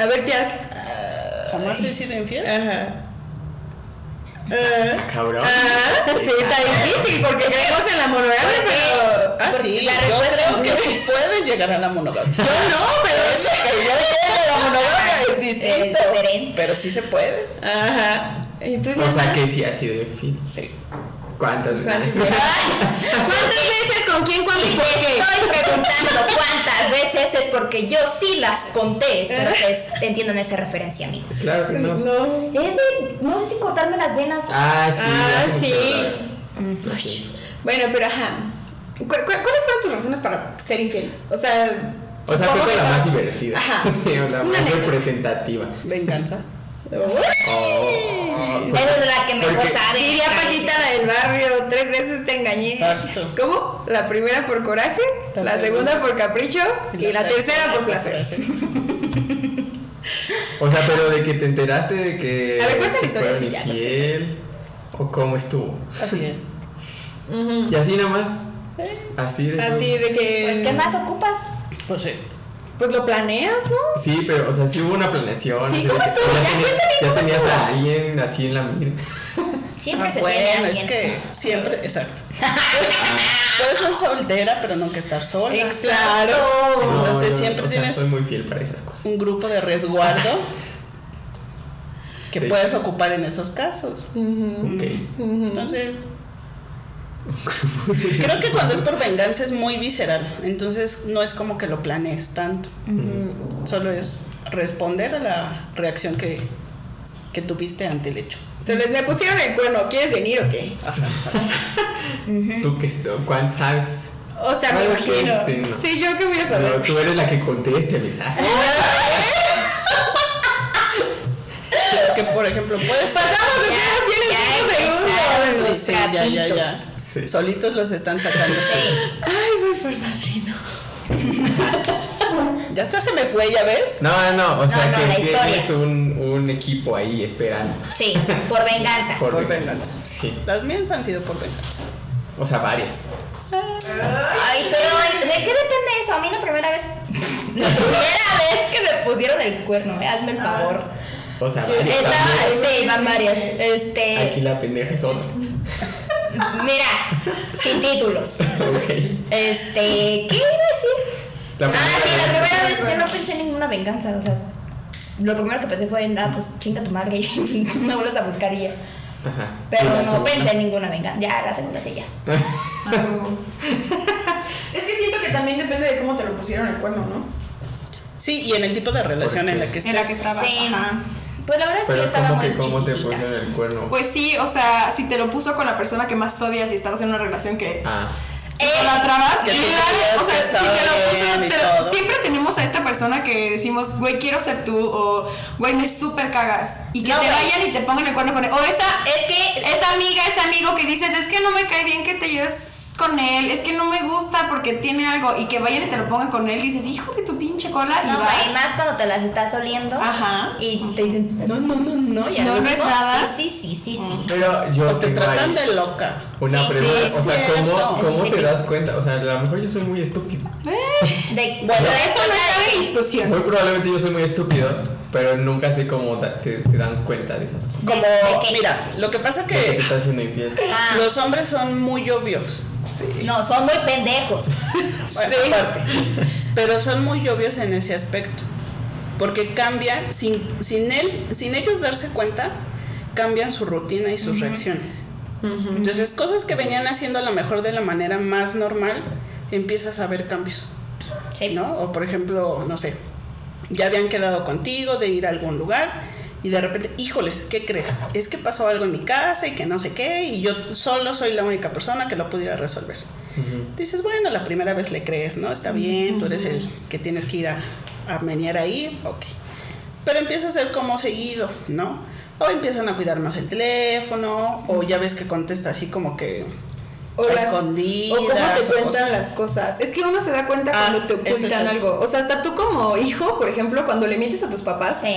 C: A ver, tía.
D: Jamás he sido
C: Eh,
D: infiel.
C: Ajá.
E: Eh.
C: Ah,
A: Cabrón.
C: ah, sí, está difícil porque creemos en la monogamia, pero.
D: Ah, sí,
C: la
D: yo
C: respuesta
D: creo que
C: no
D: sí pueden llegar a la monogamia.
C: Yo no, pero
D: Eso que yo llegue a la monogamia es distinto.
E: Es diferente.
D: Pero sí se puede.
C: Ajá. ¿Y tú,
A: O sea
C: Diana?
A: que sí ha sido infiel.
D: Sí.
A: ¿Cuántas
C: ¿Cuántas
A: veces? *laughs*
C: veces? ¿Con quién, cuándo y por qué?
E: Estoy preguntando
C: *laughs*
E: cuántas veces es porque yo sí las conté. Espero que es- entiendan esa referencia, amigos.
A: Claro que no.
E: Es de, no sé si cortarme las venas.
A: Ah, sí.
C: Ah,
A: ya se me
C: sí.
A: acordaba. Lo siento.
C: Bueno, pero ajá. ¿Cu- cu- ¿Cuáles fueron tus razones para ser infiel? O sea.
A: O sea,
C: supongo
A: creo que la
C: estabas-
A: más divertida.
C: Ajá.
A: *laughs* Sí, o la
C: Una
A: más
C: neta.
A: representativa.
D: Venganza.
A: Oh,
E: Esa es la que mejor
A: Porque-
E: sabe.
C: Diría Paquita la del barrio, tres veces te engañé.
D: Exacto.
C: ¿Cómo? La primera por coraje,
D: La
C: la segunda, por capricho y, la, tercera, por placer.
A: O sea, pero de que te enteraste de que
C: A ver, cuenta la
A: te
C: historia,
A: fueron
C: sí, ya,
A: infiel o cómo estuvo.
D: Así es.
A: Y así nada más. Así de
C: Eh, Así de que.
E: Pues, ¿qué más ocupas?
D: Pues sí.
C: Pues lo planeas, ¿no?
A: Sí, pero o sea, sí hubo una planeación.
C: Sí,
A: o sea,
C: ¿cómo
A: de que
C: estuvo?
A: Ya,
C: Ya,
A: tenías-
C: cuéntame,
A: ya
C: ¿cómo
A: tenías
C: estuvo?
A: a alguien así en la mira.
E: Siempre
D: Ah,
E: se tiene
D: bueno, es
E: alguien.
D: que siempre, exacto. Puedes ser soltera, pero nunca estar sola.
C: Ex- Claro.
D: Entonces
A: No, no,
D: siempre
A: o sea,
D: tienes
A: soy muy fiel para esas cosas.
D: un grupo de resguardo que
A: Sí.
D: puedes ocupar en esos casos.
C: Mm,
A: Ok.
D: *laughs* Entonces, creo que cuando es por venganza es muy visceral. Entonces, no es como que lo planees tanto. Solo es responder a la reacción que, que tuviste ante el hecho.
C: Entonces me pusieron el cuerno, ¿quieres venir o qué?
A: ¿Tú qué cuánto sabes?
C: O sea, me
A: Ah, ok,
C: imagino.
A: sí, no.
C: yo qué voy a
A: No,
C: saber.
A: tú eres la que conté este
C: *laughs*
A: mensaje.
D: Que, por ejemplo, puedes.
C: Pasamos de ser así en
E: Ya, ya
C: cinco
E: empezaron.
C: segundos.
E: los
D: Sí, ya, ya, ya.
E: trapitos.
A: Sí.
D: Solitos los están sacando.
E: Sí.
C: Ay, voy por vacino.
D: Ya hasta se me fue, ya ves.
A: No, no, o sea
E: no, la
A: que tienes
E: historia.
A: un, un equipo ahí esperando.
E: Sí, por venganza.
A: Por,
D: Por
A: venganza.
D: venganza.
A: Sí.
D: Las mías han sido por venganza.
A: O sea, varias.
E: Ay, pero ¿de qué depende eso? A mí la primera vez. *laughs* La primera vez que me pusieron el cuerno, eh,
A: Ah,
E: hazme el favor.
A: O sea, varias.
E: Estaba,
A: también.
E: sí, van varias. Este.
A: Aquí la pendeja es
E: *laughs*
A: otra.
E: Mira, sin títulos.
A: Ok.
E: Este, ¿qué iba a decir?
A: La
E: ah,
A: primera
E: sí, la
A: vez.
E: primera vez yo no pensé en ninguna venganza, o sea, lo primero que pensé fue en, ah, pues chinga tu madre y *laughs* me vuelves a buscar y ya.
A: Ajá. ¿Y
E: Pero
A: la
E: no
A: segunda?
E: pensé en ninguna venganza, ya, la segunda sí, ya.
C: Es que siento que también depende de cómo te lo pusieron el cuerno, ¿no?
D: Sí, y en el tipo de relación en la que
C: En
D: estés.
C: la que estabas.
E: Sí.
C: ajá.
E: Pues la verdad es que yo
A: Pero
E: estaba
A: como
E: muy
A: que cómo te
E: chiquitita.
A: ponen el cuerno.
F: Pues sí, o sea, si te lo puso con la persona que más odias y estabas en una relación que
A: Ah.
E: Eh,
F: la trabas,
D: que tú creías
F: claro, o sea,
D: que
F: si te
D: estaba
F: lo
D: bien y
F: puso, te lo-
D: todo.
F: siempre tenemos a esta persona que decimos, güey, quiero ser tú, o güey, me súper cagas, y que
E: No,
F: te
E: güey.
F: vayan y te pongan el cuerno con él, o esa,
E: Es que eh,
F: esa amiga, ese amigo que dices, es que no me cae bien que te lleves con él, es que no me gusta porque tiene algo, y que vayan y te lo pongan con él, dices, hijo de tu pinche
C: pinche cola y
E: No,
C: vas.
E: güey, más cuando te las estás oliendo.
C: Ajá.
E: Y te dicen, no, no, no, no, ya.
C: No, no
E: luego,
C: es nada.
E: Sí, sí, sí, sí, sí.
A: Pero yo
D: O te
A: tengo
D: tratan
A: ahí
D: de loca.
A: una
E: Sí, sí,
A: pregunta.
E: es
A: o sea,
E: cierto.
A: ¿cómo,
E: Eso
A: cómo
E: es
A: te
E: típico.
A: das cuenta? O sea, a lo mejor yo soy muy estúpido.
C: Mm.
E: De,
D: Bueno,
E: de
C: Eso no
E: cuenta de
C: está en
E: que-
C: discusión.
A: Muy probablemente yo soy muy estúpido, pero nunca sé cómo da- te- se dan cuenta de esas cosas.
D: Como,
E: de que-
D: mira, lo que pasa
A: De Que te
D: que
A: estás haciendo infiel.
E: Ah,
D: los hombres son muy obvios.
E: No, son muy pendejos.
D: Bueno, aparte. *laughs* Pero son muy obvios en ese aspecto. Porque cambian, sin, sin, él, sin ellos darse cuenta, cambian su rutina y sus reacciones. Entonces, cosas que venían haciendo a lo mejor de la manera más normal, empiezas a ver cambios.
E: Sí.
D: ¿no? O por ejemplo, no sé, ya habían quedado contigo de ir a algún lugar y de repente, híjoles, ¿qué crees? Es que pasó algo en mi casa y que no sé qué y yo solo soy la única persona que lo pudiera resolver. Dices, bueno, la primera vez le crees, ¿no? Está bien, tú eres el que tienes que ir a, a menear ahí, ok. Pero empieza a ser como seguido, ¿no? O empiezan a cuidar más el teléfono, o ya ves que contesta así como que
C: O
D: a
C: las-
D: escondidas.
C: O cómo te
D: o
C: cuentan
D: cosas.
C: las cosas. Es que uno se da cuenta
D: Ah,
C: cuando te
D: eso es
C: ocultan
D: cierto.
C: algo. O sea, hasta tú como hijo, por ejemplo, cuando le mientes a tus papás,
E: Sí.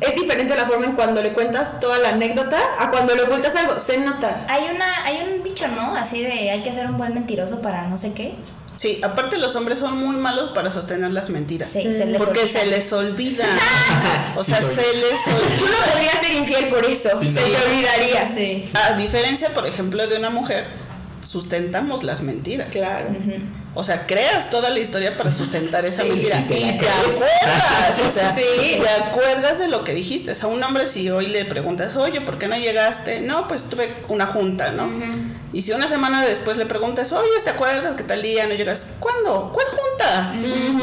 C: es diferente la forma en cuando le cuentas toda la anécdota a cuando le ocultas algo. Se nota.
E: Hay, una, hay un dicho, ¿no? Así de hay que ser un buen mentiroso para no sé qué.
D: Sí, aparte los hombres son muy malos para sostener las mentiras.
E: Sí, se les
D: porque
E: olvida.
D: se les olvida.
C: *laughs*
D: *laughs* o
A: Sí
D: sea,
A: soy.
D: se les
C: Tú
D: olvida.
C: no podrías ser infiel por eso.
A: Sí,
C: se
A: no.
C: te olvidaría.
E: Sí.
D: A diferencia, por ejemplo, de una mujer, sustentamos las mentiras.
C: Claro.
D: O sea, creas toda la historia para sustentar esa mentira.
A: Y
D: Y
A: te
D: te,
A: la crees.
D: acuerdas. O sea,
C: Sí.
D: te acuerdas de lo que dijiste. O sea, un hombre, si hoy le preguntas, oye, ¿por qué no llegaste? No, pues tuve una junta, ¿no? Y si una semana después le preguntas, oye, ¿te acuerdas que tal día no llegas? ¿Cuándo? ¿Cuál junta?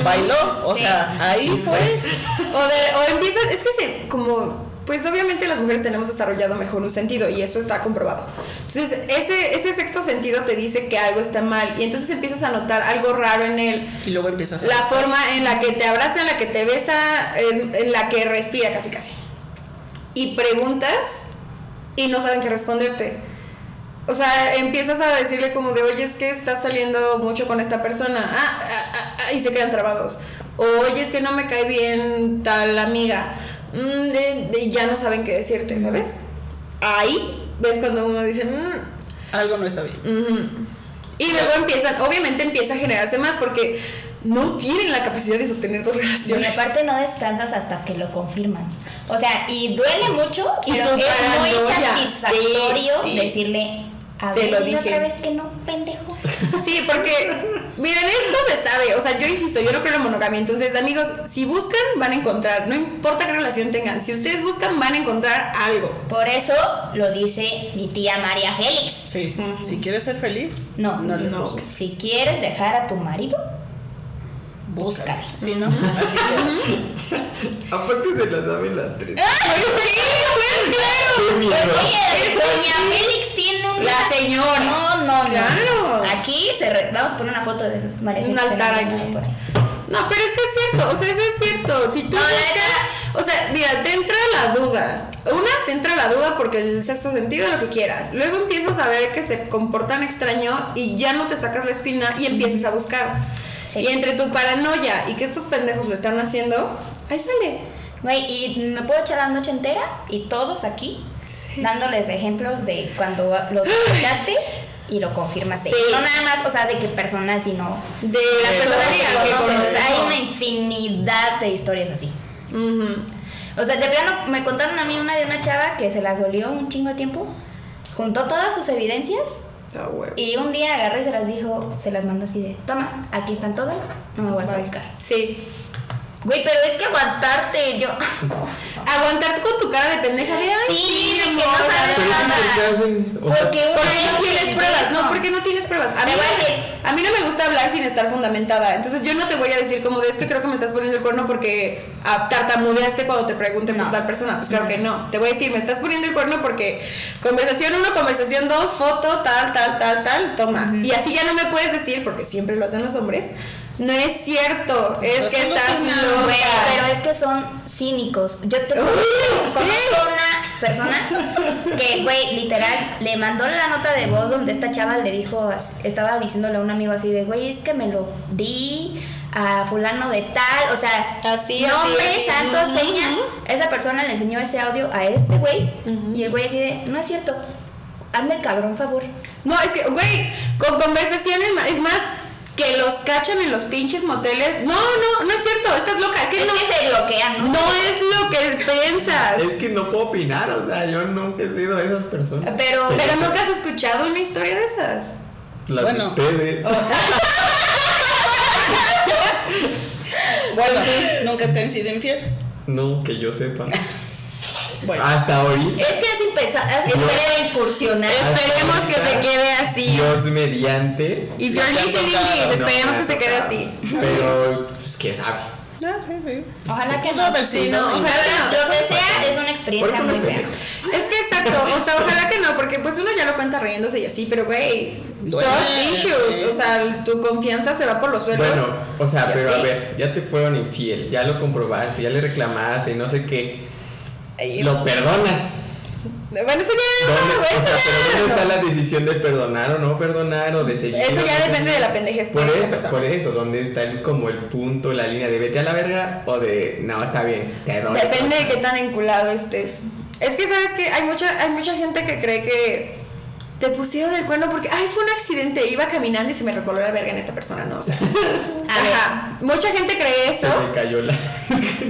D: Bailó. O
E: Sí.
D: sea, ahí fue.
C: O, de- o empiezas, es que se, como, pues obviamente las mujeres tenemos desarrollado mejor un sentido y eso está comprobado. Entonces, ese, ese sexto sentido te dice que algo está mal y entonces empiezas a notar algo raro en él.
D: Y luego empiezas a
C: La forma en la que te abraza, en la que te besa, en, en la que respira casi casi. Y preguntas y no saben qué responderte. O sea, empiezas a decirle como de, oye, es que estás saliendo mucho con esta persona. Ah, ah, ah, ah, y se quedan trabados. O, oye, es que no me cae bien tal amiga. Mm, de- de- ya no saben qué decirte, ¿sabes? Ahí ves cuando uno dice, "Mm,
D: Algo no está bien.
C: y luego empiezan, obviamente empieza a generarse más porque no tienen la capacidad de sostener dos
E: Y
C: relaciones.
E: aparte no descansas hasta que lo confirmas. O sea, y duele mucho,
C: Y
E: pero es
C: tu
E: muy
C: paranoia.
E: satisfactorio
C: Sí, sí.
E: decirle, a
C: Te
E: ver,
C: lo
E: dime
C: dije.
E: otra vez que no, pendejo.
C: Sí, porque, miren, esto se sabe. O sea, yo insisto, yo no creo en la monogamia. Entonces, amigos, si buscan, van a encontrar. No importa qué relación tengan. Si ustedes buscan, van a encontrar algo.
E: Por eso lo dice mi tía María Félix.
D: Sí. Si quieres ser feliz,
E: No,
D: no le
E: no.
D: busques.
E: Si quieres dejar a tu marido, búscale.
D: Sí, ¿no? Así que,
A: Aparte se las saben las tres.
C: Pues sí, pues claro.
A: ¡Qué miedo!
E: Pues oye, doña Félix tiene un...
C: La señora.
E: No, no, no.
C: Claro.
E: Aquí se re- vamos a poner una foto de María
C: Un
E: Félix. en
C: altar
E: el-
C: aquí.
E: por ahí.
C: No, pero es que es cierto, o sea, eso es cierto. Si tú
E: No, la
C: buscas, o sea, mira, te entra la duda. Una, te entra la duda porque el sexto sentido, lo que quieras. Luego empiezas a ver que se comportan extraño y ya no te sacas la espina y empiezas a buscar.
E: Sí.
C: Y entre tu paranoia y que estos pendejos lo están haciendo, ahí sale.
E: Güey, y me puedo echar la noche entera y todos aquí dándoles ejemplos de cuando los escuchaste y lo confirmaste.
C: Sí.
E: Y No nada más, o sea, de que personal, sino
C: De las
E: las personas que
C: personas que
E: conoces. Hay una
C: conoces.
E: infinidad de historias así.
C: Ujú.
E: O sea, de plano me contaron a mí una de una chava que se las dolió un chingo de tiempo, juntó todas sus evidencias
C: Está huevo.
E: y un día agarró y se las dijo, se las mandó así de, toma, aquí están todas, no me vuelvas a buscar.
C: Sí.
E: Güey, pero es que
A: *laughs*
E: aguantarte, yo...
C: Aguantarte con tu cara de pendeja de ay,
E: Sí,
C: sí,
E: de que
C: amor,
E: no
C: la
A: Pero es que ¿por qué
C: verdad".
E: sabes
A: hacen eso? O sea,
E: Porque una
C: Porque no
E: es
C: tienes
E: que-
C: pruebas, no, porque no tienes pruebas. A mí,
E: Te voy a
C: no-
E: decir.
C: a mí no me gusta hablar sin estar fundamentada. Entonces yo no te voy a decir como de es que creo que me estás poniendo el cuerno porque ah, tartamudeaste cuando te pregunté por
E: No.
C: tal persona. Pues claro que no. Te voy a decir, me estás poniendo el cuerno porque conversación 1, conversación 2, foto, tal, tal, tal, tal, toma. Y así ya no me puedes decir, porque siempre lo hacen los hombres. No es cierto, es
D: Estás
C: que estás
D: alucinando.
C: loca.
E: Güey, pero es que son cínicos. Yo te
C: Uy,
E: conozco
C: sí.
E: una persona que, güey, literal, le mandó la nota de voz donde esta chava le dijo, as- estaba diciéndole a un amigo así de, güey, es que me lo di, a fulano de tal, o sea,
C: Así,
E: nombre,
C: así, así.
E: santo,
C: Ujú,
E: seña.
C: ujú.
E: Esa persona le enseñó ese audio a este güey y el güey así de, no es cierto, hazme el cabrón favor.
C: No, es que, güey, con conversaciones, ma- es más, que los cachan en los pinches moteles. No, no, no es cierto, estás loca, es que
E: Es
C: no,
E: que se bloquean, ¿no?
C: no es lo que piensas.
A: Es que no puedo opinar, o sea, yo nunca he sido de esas personas.
C: Pero,
A: Que
C: pero
A: ya
C: nunca has escuchado una historia de esas.
A: Las de
D: Bueno.
A: ustedes.
D: Bueno, nunca te han sido infiel.
A: No, que yo
C: *laughs*
A: sepa.
C: Pues,
D: Bueno,
A: Hasta ahorita.
E: Es que es impensable, es
A: No.
E: historia de
A: Ah,
E: incursionar.
C: Esperemos que se quede así.
A: Dios mediante.
C: If you're
D: No te ha
C: listening
D: tocado,
C: this, Pues,
A: no
C: esperemos que
A: me ha
C: se quede
A: tocado.
C: así.
A: Pero, pues, ¿qué sabe?
D: ah, sí, sí.
E: Ojalá que
D: Pudo
E: no.
D: haber
C: Sí,
D: sido
C: no,
D: infiel.
C: ojalá
E: Lo que sea es una
A: Ah, ¿Por
E: experiencia
A: qué no
E: muy
A: es
E: fea.
A: pendejo?
C: Es que exacto, o sea, ojalá que no, porque pues uno ya lo cuenta riéndose y así, pero güey,
D: Duele.
C: trust issues, o sea, tu confianza se va por los suelos.
A: Bueno, o sea,
C: Pues, Ya
A: pero a
C: sí.
A: ver, ya te fueron infiel, ya lo comprobaste, ya le reclamaste y no sé qué.
D: Ahí-
A: Lo perdonas.
C: Bueno, eso ya
A: ¿Dónde,
C: *laughs* no,
A: o
C: eso
A: sea,
C: ya-
A: pero ¿dónde está la decisión de perdonar o no perdonar o de seguir?
C: Eso ya
A: No sé.
C: depende de la pendejez.
A: Por
C: de esa
A: eso,
C: persona.
A: por eso, ¿dónde está el, como el punto, la línea de vete a la verga o de no, está bien, te doy?
C: Depende de qué tan enculado estés. Es que sabes que hay mucha, hay mucha gente que cree que te pusieron el cuerno porque, ay, fue un accidente, iba caminando y se me recoló la verga en esta persona, no,
A: *laughs*
C: o sea.
E: A ver.
C: Ajá. Mucha gente cree eso.
A: Se me cayó la. *laughs*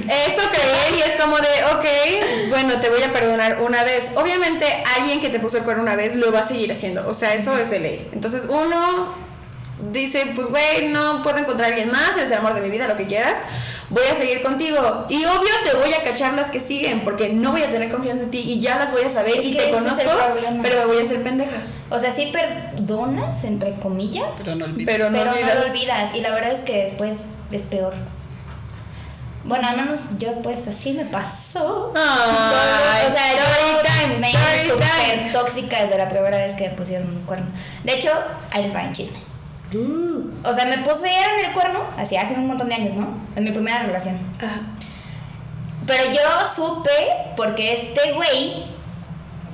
C: Eso creer y es como de, ok, bueno, te voy a perdonar una vez. Obviamente, alguien que te puso el cuerno una vez lo va a seguir haciendo. O sea, eso es de ley. Entonces, uno dice, pues, güey, no puedo encontrar a alguien más, eres el amor de mi vida, lo que quieras. Voy a seguir contigo. Y obvio, te voy a cachar las que siguen, porque no voy a tener confianza en ti y ya las voy a saber
E: Es
C: y
E: que
C: te
E: ese es
C: conozco,
E: el problema.
C: pero me voy a hacer pendeja.
E: O sea, sí perdonas, entre comillas,
D: Pero no olvides.
C: Pero no
E: pero
C: olvidas.
E: no lo olvidas. Y la verdad es que después es peor. Bueno, al menos yo pues así me pasó.
C: Ay,
E: o sea, yo
C: story time,
E: me
C: story
E: hice
C: time.
E: súper tóxica desde la primera vez que me pusieron un cuerno. De hecho, ahí les va el chisme.
C: Uh.
E: O sea, me pusieron el cuerno, así hace un montón de años, ¿no? En mi primera relación.
C: Ajá.
E: Pero yo supe porque este güey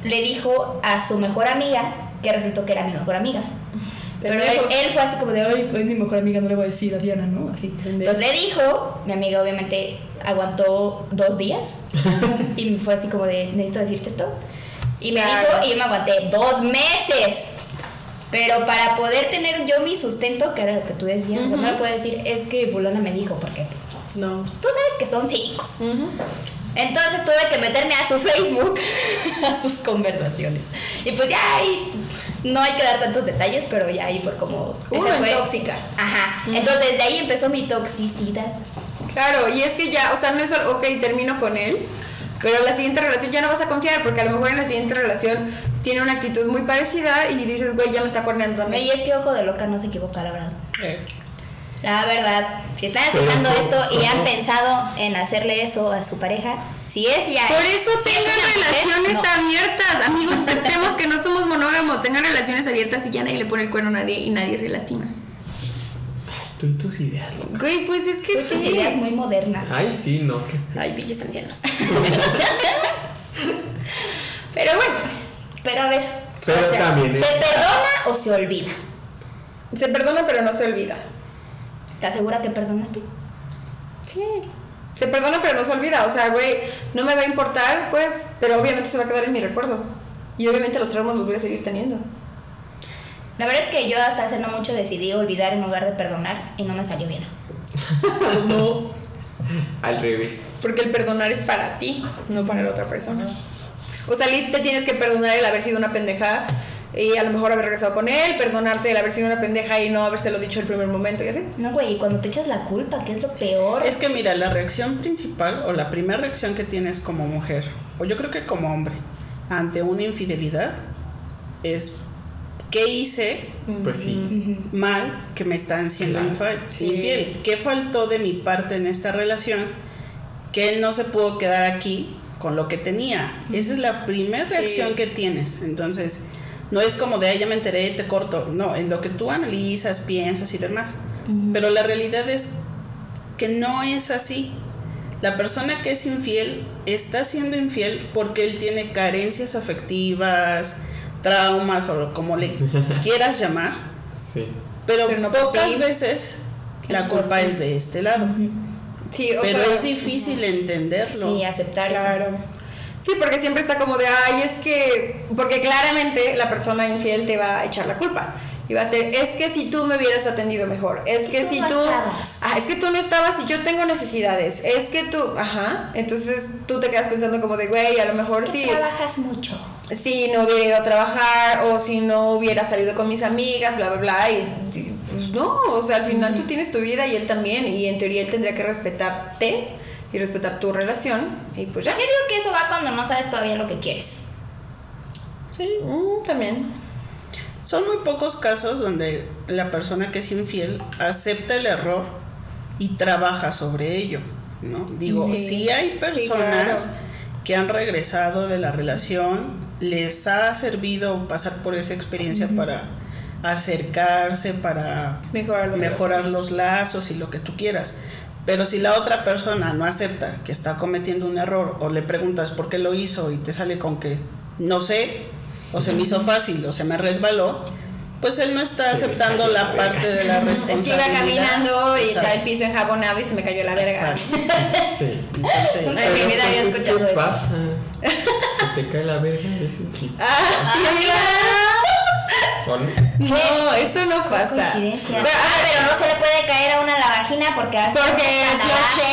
E: le dijo a su mejor amiga que resultó que era mi mejor amiga. Pero él,
C: Pendejo.
E: él fue así como de, ay, pues mi mejor amiga no le voy a decir a Diana, ¿no? Así. Entonces le dijo, mi amiga obviamente aguantó dos días y fue así como de, necesito decirte esto. Y me
C: Claro.
E: dijo, y yo me aguanté dos meses. Pero para poder tener yo mi sustento, que era lo que tú decías, o sea, no le puedo decir, es que fulana me dijo, porque pues,
C: No.
E: tú sabes que son cínicos. Entonces tuve que meterme a su Facebook, *laughs* a sus conversaciones. Y pues ya ahí, no hay que dar tantos detalles, pero ya ahí fue como...
C: Uno
E: esa
C: en
E: fue-
C: tóxica.
E: Ajá. Entonces de ahí empezó mi toxicidad.
C: Claro, y es que ya, o sea, no es solo, ok, termino con él, pero la siguiente relación ya no vas a confiar, porque a lo mejor en la siguiente relación tiene una actitud muy parecida y dices, güey, ya me está corneando
E: Y
C: también.
E: es que ojo de loca no se equivoca, la verdad.
D: Eh,
E: La verdad, si están
A: Pero
E: escuchando
A: ¿cómo-
E: esto y han
A: cómo?
E: pensado en hacerle eso a su pareja, si es ya...
C: Por eso
E: si es
C: tengan
E: una mujer,
C: relaciones
E: no.
C: abiertas, amigos, aceptemos que no somos monógamos, tengan relaciones abiertas y ya nadie le pone el cuerno a nadie y nadie se lastima.
A: Tú y tus ideas. loco.
C: Güey, pues es que
E: Tú tus
C: sí.
E: ideas muy modernas.
A: Ay, sí, no, qué feo.
C: Ay, pinches *laughs* ancianos. pero bueno,
E: Pero a ver.
A: Pero
E: o sea,
A: también, ¿eh?
E: ¿Se perdona o se olvida?
C: se perdona pero no se olvida.
E: ¿Te asegura que perdonaste?
C: Sí. Se perdona, pero no se olvida. O sea, güey, no me va a importar, pues, pero obviamente se va a quedar en mi recuerdo. Y obviamente los traumas los voy a seguir teniendo.
E: La verdad es que yo hasta hace no mucho decidí olvidar en lugar de perdonar y no me salió bien.
A: Al revés.
C: Porque el perdonar es para ti, no para la otra persona. O sea, Lid, te tienes que perdonar el haber sido una pendeja y a lo mejor haber regresado con él, perdonarte el haber sido una pendeja y no habérselo dicho el primer momento y así.
E: No, güey, y cuando te echas la culpa, que es lo peor.
D: Es que mira, la reacción principal o la primera reacción que tienes como mujer, o yo creo que como hombre, ante una infidelidad es ¿qué hice
A: Pues sí.
D: mal que me están siendo
A: Claro.
D: infa-
C: Sí.
D: infiel? ¿Qué faltó de mi parte en esta relación que él no se pudo quedar aquí con lo que tenía? Esa es la primera reacción que tienes. Entonces, no es como de, ay, ya me enteré, te corto. No, es lo que tú analizas, piensas y demás. Pero la realidad es que no es así. La persona que es infiel está siendo infiel porque él tiene carencias afectivas, traumas o como le quieras llamar,
A: Sí.
D: pero,
C: Pero no pues,
D: pocas
C: convive.
D: veces la culpa es de este lado.
C: Sí, o
D: Pero
C: sea,
D: es difícil entenderlo.
E: Sí, aceptar eso.
C: Claro. Sí, porque siempre está como de, ay, es que, porque claramente la persona infiel te va a echar la culpa. Y va a ser, es que si tú me hubieras atendido mejor, es que
E: tú
C: si
E: no
C: tú,
E: estabas.
C: ah, es que tú no estabas y yo tengo necesidades, es que tú, ajá, entonces tú te quedas pensando como de, güey, a lo mejor
E: Es que
C: sí,
E: trabajas mucho.
C: si no hubiera ido a trabajar o si no hubiera salido con mis amigas, bla, bla, bla, y, y, pues no, o sea, al final tú tienes tu vida y él también, y en teoría él tendría que respetarte y respetar tu relación, y pues ya.
E: Yo digo que eso va cuando no sabes todavía lo que quieres.
D: Sí.
C: Mm, también.
D: Son muy pocos casos donde la persona que es infiel acepta el error y trabaja sobre ello, ¿no? Digo,
C: Sí.
D: sí, hay
C: Sí,
D: personas
C: claro.
D: que han regresado de la relación, les ha servido pasar por esa experiencia para acercarse, para
C: Mejorar la
D: mejorar los lazos y lo que tú quieras. Pero si la otra persona no acepta que está cometiendo un error o le preguntas por qué lo hizo y te sale con que no sé, o se me hizo fácil, o se me resbaló, pues él no está
A: Se me
D: aceptando
A: cayó la
D: la
A: verga.
D: parte de la
C: *laughs*
D: responsabilidad.
C: Es que iba caminando y
D: Exacto,
C: está el piso enjabonado y se me cayó la verga.
D: exacto.
C: *laughs*
A: Sí.
D: Entonces,
E: Ay, mi vida había
A: Pero, pues, es
E: escuchado
A: que
E: eso.
A: pasa? Se te cae la verga a veces. sí.
C: Ah, sí, ¿verdad?
A: ¿O no?
C: No, eso no pasa.
E: Coincidencia.
C: Pero,
E: ah,
C: ah,
E: pero no se le puede caer a una la vagina porque hace
C: porque
E: un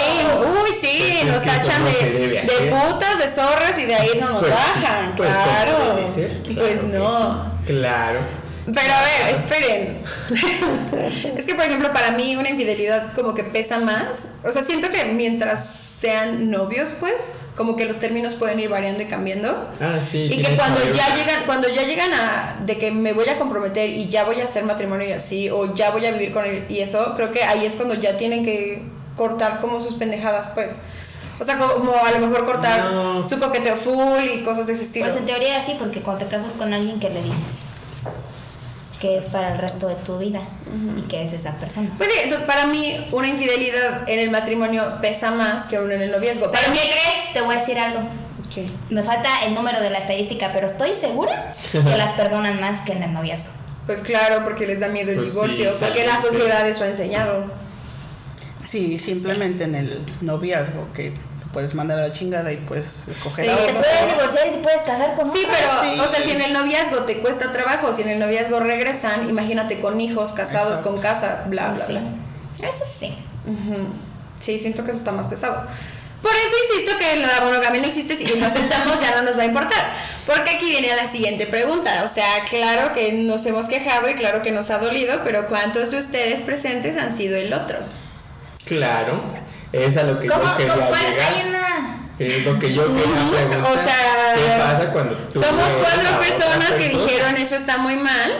C: es la
E: candadazo.
C: shame. Uh, Uy, sí,
A: Pues es
C: nos
A: que eso
C: tachan
A: no
C: de,
A: se debe
C: de
A: hacer.
C: putas, de zorras y de ahí no nos
A: Pues sí,
C: bajan.
A: pues, ¿cómo
C: claro.
A: debe ser? Claro
C: Pues
A: que
C: no.
A: sí, Claro.
C: Pero a ver, esperen. *laughs* es que, por ejemplo, para mí una infidelidad como que pesa más. O sea, siento que mientras sean novios, pues, como que los términos pueden ir variando y cambiando.
A: Ah, sí.
C: Y que
A: tiene
C: cuando
A: mayor-
C: ya llegan, cuando ya llegan a de que me voy a comprometer y ya voy a hacer matrimonio y así, o ya voy a vivir con él y eso, creo que ahí es cuando ya tienen que cortar como sus pendejadas, pues. O sea, como a lo mejor cortar
A: No.
C: su coqueteo full y cosas de ese estilo.
E: Pues en teoría sí, porque cuando te casas con alguien que le dices que es para el resto de tu vida y que es esa persona.
C: Pues sí, entonces para mí una infidelidad en el matrimonio pesa más que una en el noviazgo. Para
E: ¿Pero
C: mí,
E: qué crees? Te voy a decir algo.
C: ¿Qué?
E: Me falta el número de la estadística, pero estoy segura que las perdonan más que en el noviazgo.
C: pues claro, porque les da miedo el
A: Pues sí,
C: divorcio, porque la
A: salirse.
C: sociedad eso ha enseñado.
D: sí, simplemente en el noviazgo que lo puedes mandar a la chingada y puedes escoger
C: Sí,
D: a
E: Te
D: otro.
E: puedes divorciar y te puedes casar con
C: Sí,
E: otro.
C: pero,
D: sí.
C: o sea, si en el noviazgo te cuesta trabajo, si en el noviazgo regresan, imagínate con hijos, casados,
D: Exacto.
C: con casa, bla, bla,
E: Sí.
C: bla.
E: Eso sí.
C: Ujú. Sí, siento que eso está más pesado. Por eso insisto que la monogamia no existe, si lo aceptamos ya no nos va a importar. Porque aquí viene la siguiente pregunta. O sea, claro que nos hemos quejado y claro que nos ha dolido, pero ¿cuántos de ustedes presentes han sido el otro?
A: Claro. Es a lo que
E: ¿Cómo,
A: yo quería
E: cómo- cuál?
A: llegar.
E: Hay una.
A: Es lo que yo quería preguntar.
C: o sea,
A: ¿Qué pasa cuando tú
C: Somos
A: ves a
C: cuatro
A: otra
C: personas que
A: persona?
C: dijeron eso está muy mal,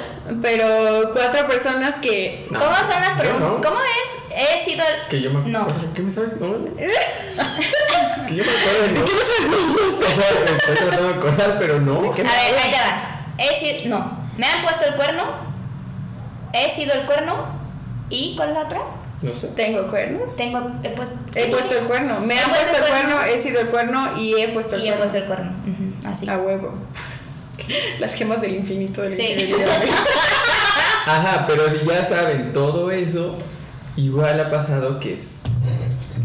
C: pero cuatro personas que...
A: No,
E: ¿Cómo son las
A: yo
E: preguntas?
A: no.
E: ¿Cómo es? He sido.
A: Que yo me
E: No.
A: acuerdo. ¿Qué me sabes? No.
C: *laughs*
A: que yo me acuerdo. ¿no? ¿Qué me sabes? O sea, me estoy tratando de acordar, pero no.
E: A ver, ahí te va. He sido. No. Me han puesto el cuerno. He sido el cuerno. ¿Y cuál es la otra?
A: No sé.
C: ¿Tengo cuernos?
E: Tengo. He puesto.
C: He puesto el cuerno. Me han puesto el cuerno, he sido el cuerno y he puesto el
E: Y he puesto
C: cuerno.
E: el cuerno. Ujú, Así.
A: Ah.
C: A huevo. *laughs* Las gemas del infinito de la
E: Sí.
C: infidelidad.
A: Ajá, pero si ya saben todo eso, igual ha pasado que es-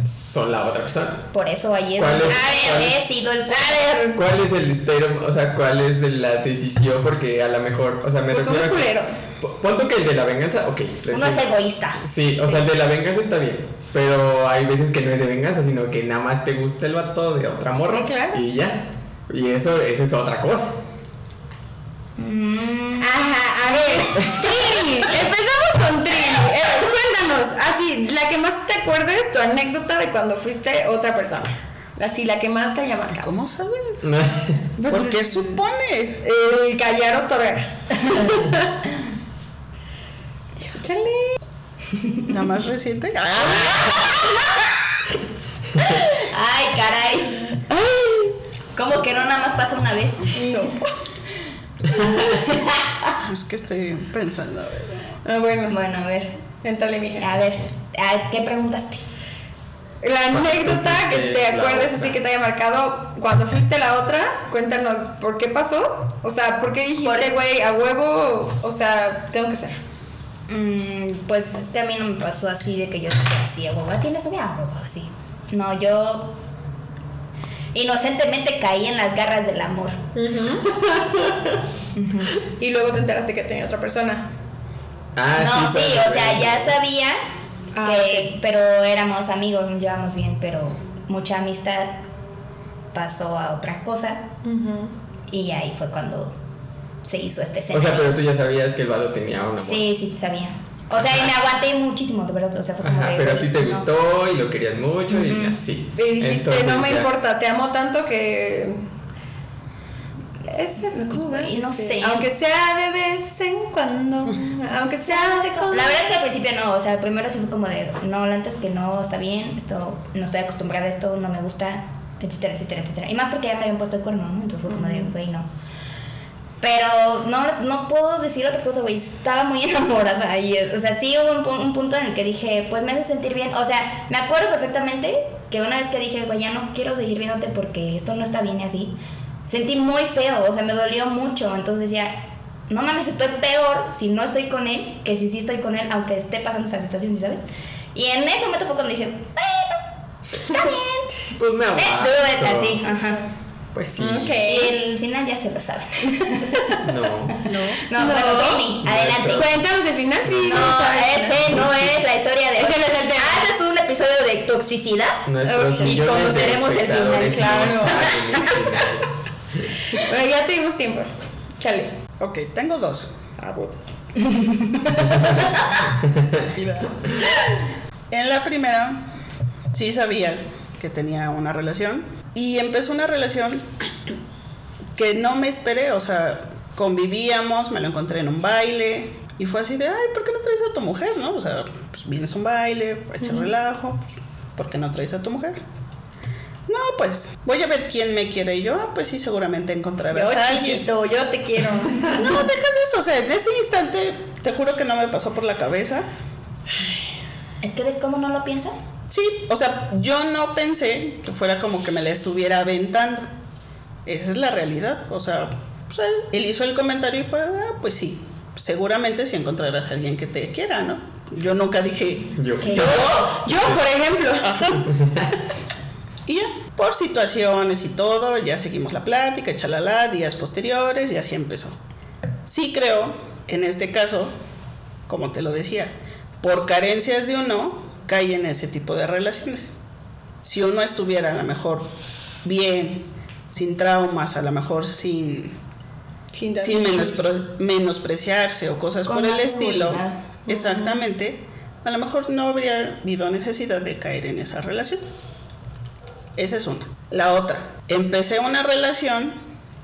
A: son la otra persona.
E: Por eso ahí es.
A: ¿Cuál es-
E: A
A: cuál
E: ver,
A: es?
E: he sido el
C: A
E: cuerno.
C: ver,
A: ¿Cuál es el listero? O sea, ¿cuál es la decisión? Porque a lo mejor, o sea, me
C: Pues
A: refiero.
C: uno es
A: a que-
C: culero.
A: Po- Pon tú que el de la venganza, ok. le
E: Uno es
A: entiendo.
E: egoísta.
A: Sí, o sea, el de la venganza está bien. Pero hay veces que no es de venganza, sino que nada más te gusta el vato de otra morra.
C: Sí, claro.
A: Y ya. Y eso, esa es otra
E: *laughs*
A: cosa.
E: Mm,
C: Ajá, a ver. Trini, empezamos con Trini. Eh, cuéntanos, así, la que más te acuerdes, tu anécdota de cuando fuiste otra persona. Así, la que más te haya marcado.
D: ¿Cómo sabes? ¿Por qué supones?
C: El callar o *laughs* torgar. Chale.
D: ¿La
C: *laughs*
D: más reciente?
E: Ay, caray. ¿Cómo que no nada más pasa una vez?
C: No.
D: Es que estoy pensando. a ver.
C: Ah, bueno,
E: Bueno, a ver.
C: entrale, mija.
E: A ver. ¿a ¿Qué preguntaste?
C: La anécdota que
A: fuiste
C: te
A: la
C: acuerdes
A: otra.
C: así que te haya marcado cuando fuiste la otra, cuéntanos por qué pasó. O sea, ¿por qué dijiste,
E: Por-
C: güey, a huevo? O sea, tengo que ser.
E: Mm, pues es que a mí no me pasó así de que yo decía así, a huevo, ¿tienes novia? A huevo, así. No, yo inocentemente caí en las garras del amor.
C: Y luego te enteraste que tenía otra persona.
A: Ah,
E: no, sí,
A: para-
E: o sea, ya sabía
C: Ah,
E: que, pero éramos amigos, nos llevamos bien, pero mucha amistad pasó a otra cosa y ahí fue cuando se hizo este
A: O sea,
E: escenario.
A: pero tú ya sabías que el vado tenía una amor.
E: Sí, sí, sabía. O sea, y me aguanté muchísimo, de verdad, o sea, fue como
A: Ajá,
E: de,
A: pero a
E: güey,
A: ti te
E: no.
A: gustó y lo querías mucho y
E: Ujú.
A: así.
C: Y dijiste,
A: Entonces,
C: no me
A: ya.
C: importa, te amo tanto que. Es, ¿Cómo va?
E: Güey, no
C: Este,
E: sé.
C: Aunque sea de vez en
E: *laughs*
C: cuando, aunque sea de
E: La verdad es que al principio no, o sea, primero sí fue como de, no, antes que no, está bien, esto, no estoy acostumbrada a esto, no me gusta, etcétera, etcétera, etcétera. Y más porque ya me habían puesto el cuerno, ¿no? Entonces fue como de, güey, no. Pero no, no puedo decir otra cosa, güey, estaba muy *laughs* enamorada y, o sea, sí hubo un, pu- un punto en el que dije, pues me hace sentir bien, o sea, me acuerdo perfectamente que una vez que dije, güey, ya no quiero seguir viéndote porque esto no está bien y así, sentí muy feo, o sea, me dolió mucho. Entonces decía, no mames, estoy peor si no estoy con él que si sí estoy con él, aunque esté pasando esa situación, ¿sí ¿sabes? Y en ese momento fue cuando dije, bueno, *laughs* está bien.
A: Pues me aguanto.
E: Let's do it, así, ajá.
A: Pues sí.
E: Y el final ya se lo *laughs* saben.
A: No.
E: No, bueno, Trini,
A: No,
E: adelante.
A: pero-
C: Cuéntanos el final.
E: No, ese no es la historia de. Ese no es el tema. Ah, ese es un episodio de toxicidad.
A: Nuestros
E: Ok. Y
A: millones
E: conoceremos
A: de
E: el final,
A: espectadores
E: claro.
A: no saben el final.
C: Bueno, ya tuvimos tiempo. Chale.
D: Ok, tengo dos. Ah, bueno. en la primera, sí sabía que tenía una relación. Y empezó una relación que no me esperé. O sea, convivíamos, me lo encontré en un baile. Y fue así de, ay, ¿por qué no traes a tu mujer? ¿No? O sea, pues vienes a un baile, a echar relajo. pues, ¿Por qué no traes a tu mujer? No, pues voy a ver quién me quiere. Y yo, "Ah, pues sí, seguramente encontrarás a
C: Yo
D: alguien.
C: chiquito, yo te *laughs* quiero.
D: No, deja de eso. O sea, en ese instante, te juro que no me pasó por la cabeza.
E: Es que ves cómo no lo piensas.
D: Sí, o sea, yo no pensé que fuera como que me la estuviera aventando. Esa es la realidad. O sea, pues, él, él hizo el comentario y fue, ah, pues sí, seguramente si encontrarás a alguien que te quiera, ¿no? Yo nunca dije,
A: Yo.
E: Ok.
A: yo-
C: Oh, Yo, por ejemplo.
D: Y ya, por situaciones y todo, ya seguimos la plática, chalala, días posteriores y así empezó. Sí creo, en este caso, como te lo decía, por carencias de uno, cae en ese tipo de relaciones. Si uno estuviera a lo mejor bien, sin traumas, a lo mejor sin,
C: Sin dar-
D: sin menospro- menospreciarse o cosas
E: Con
D: por el
E: más
D: estilo,
E: seguridad.
D: exactamente, a lo mejor no habría habido necesidad de caer en esa relación. Esa es una. La otra, empecé una relación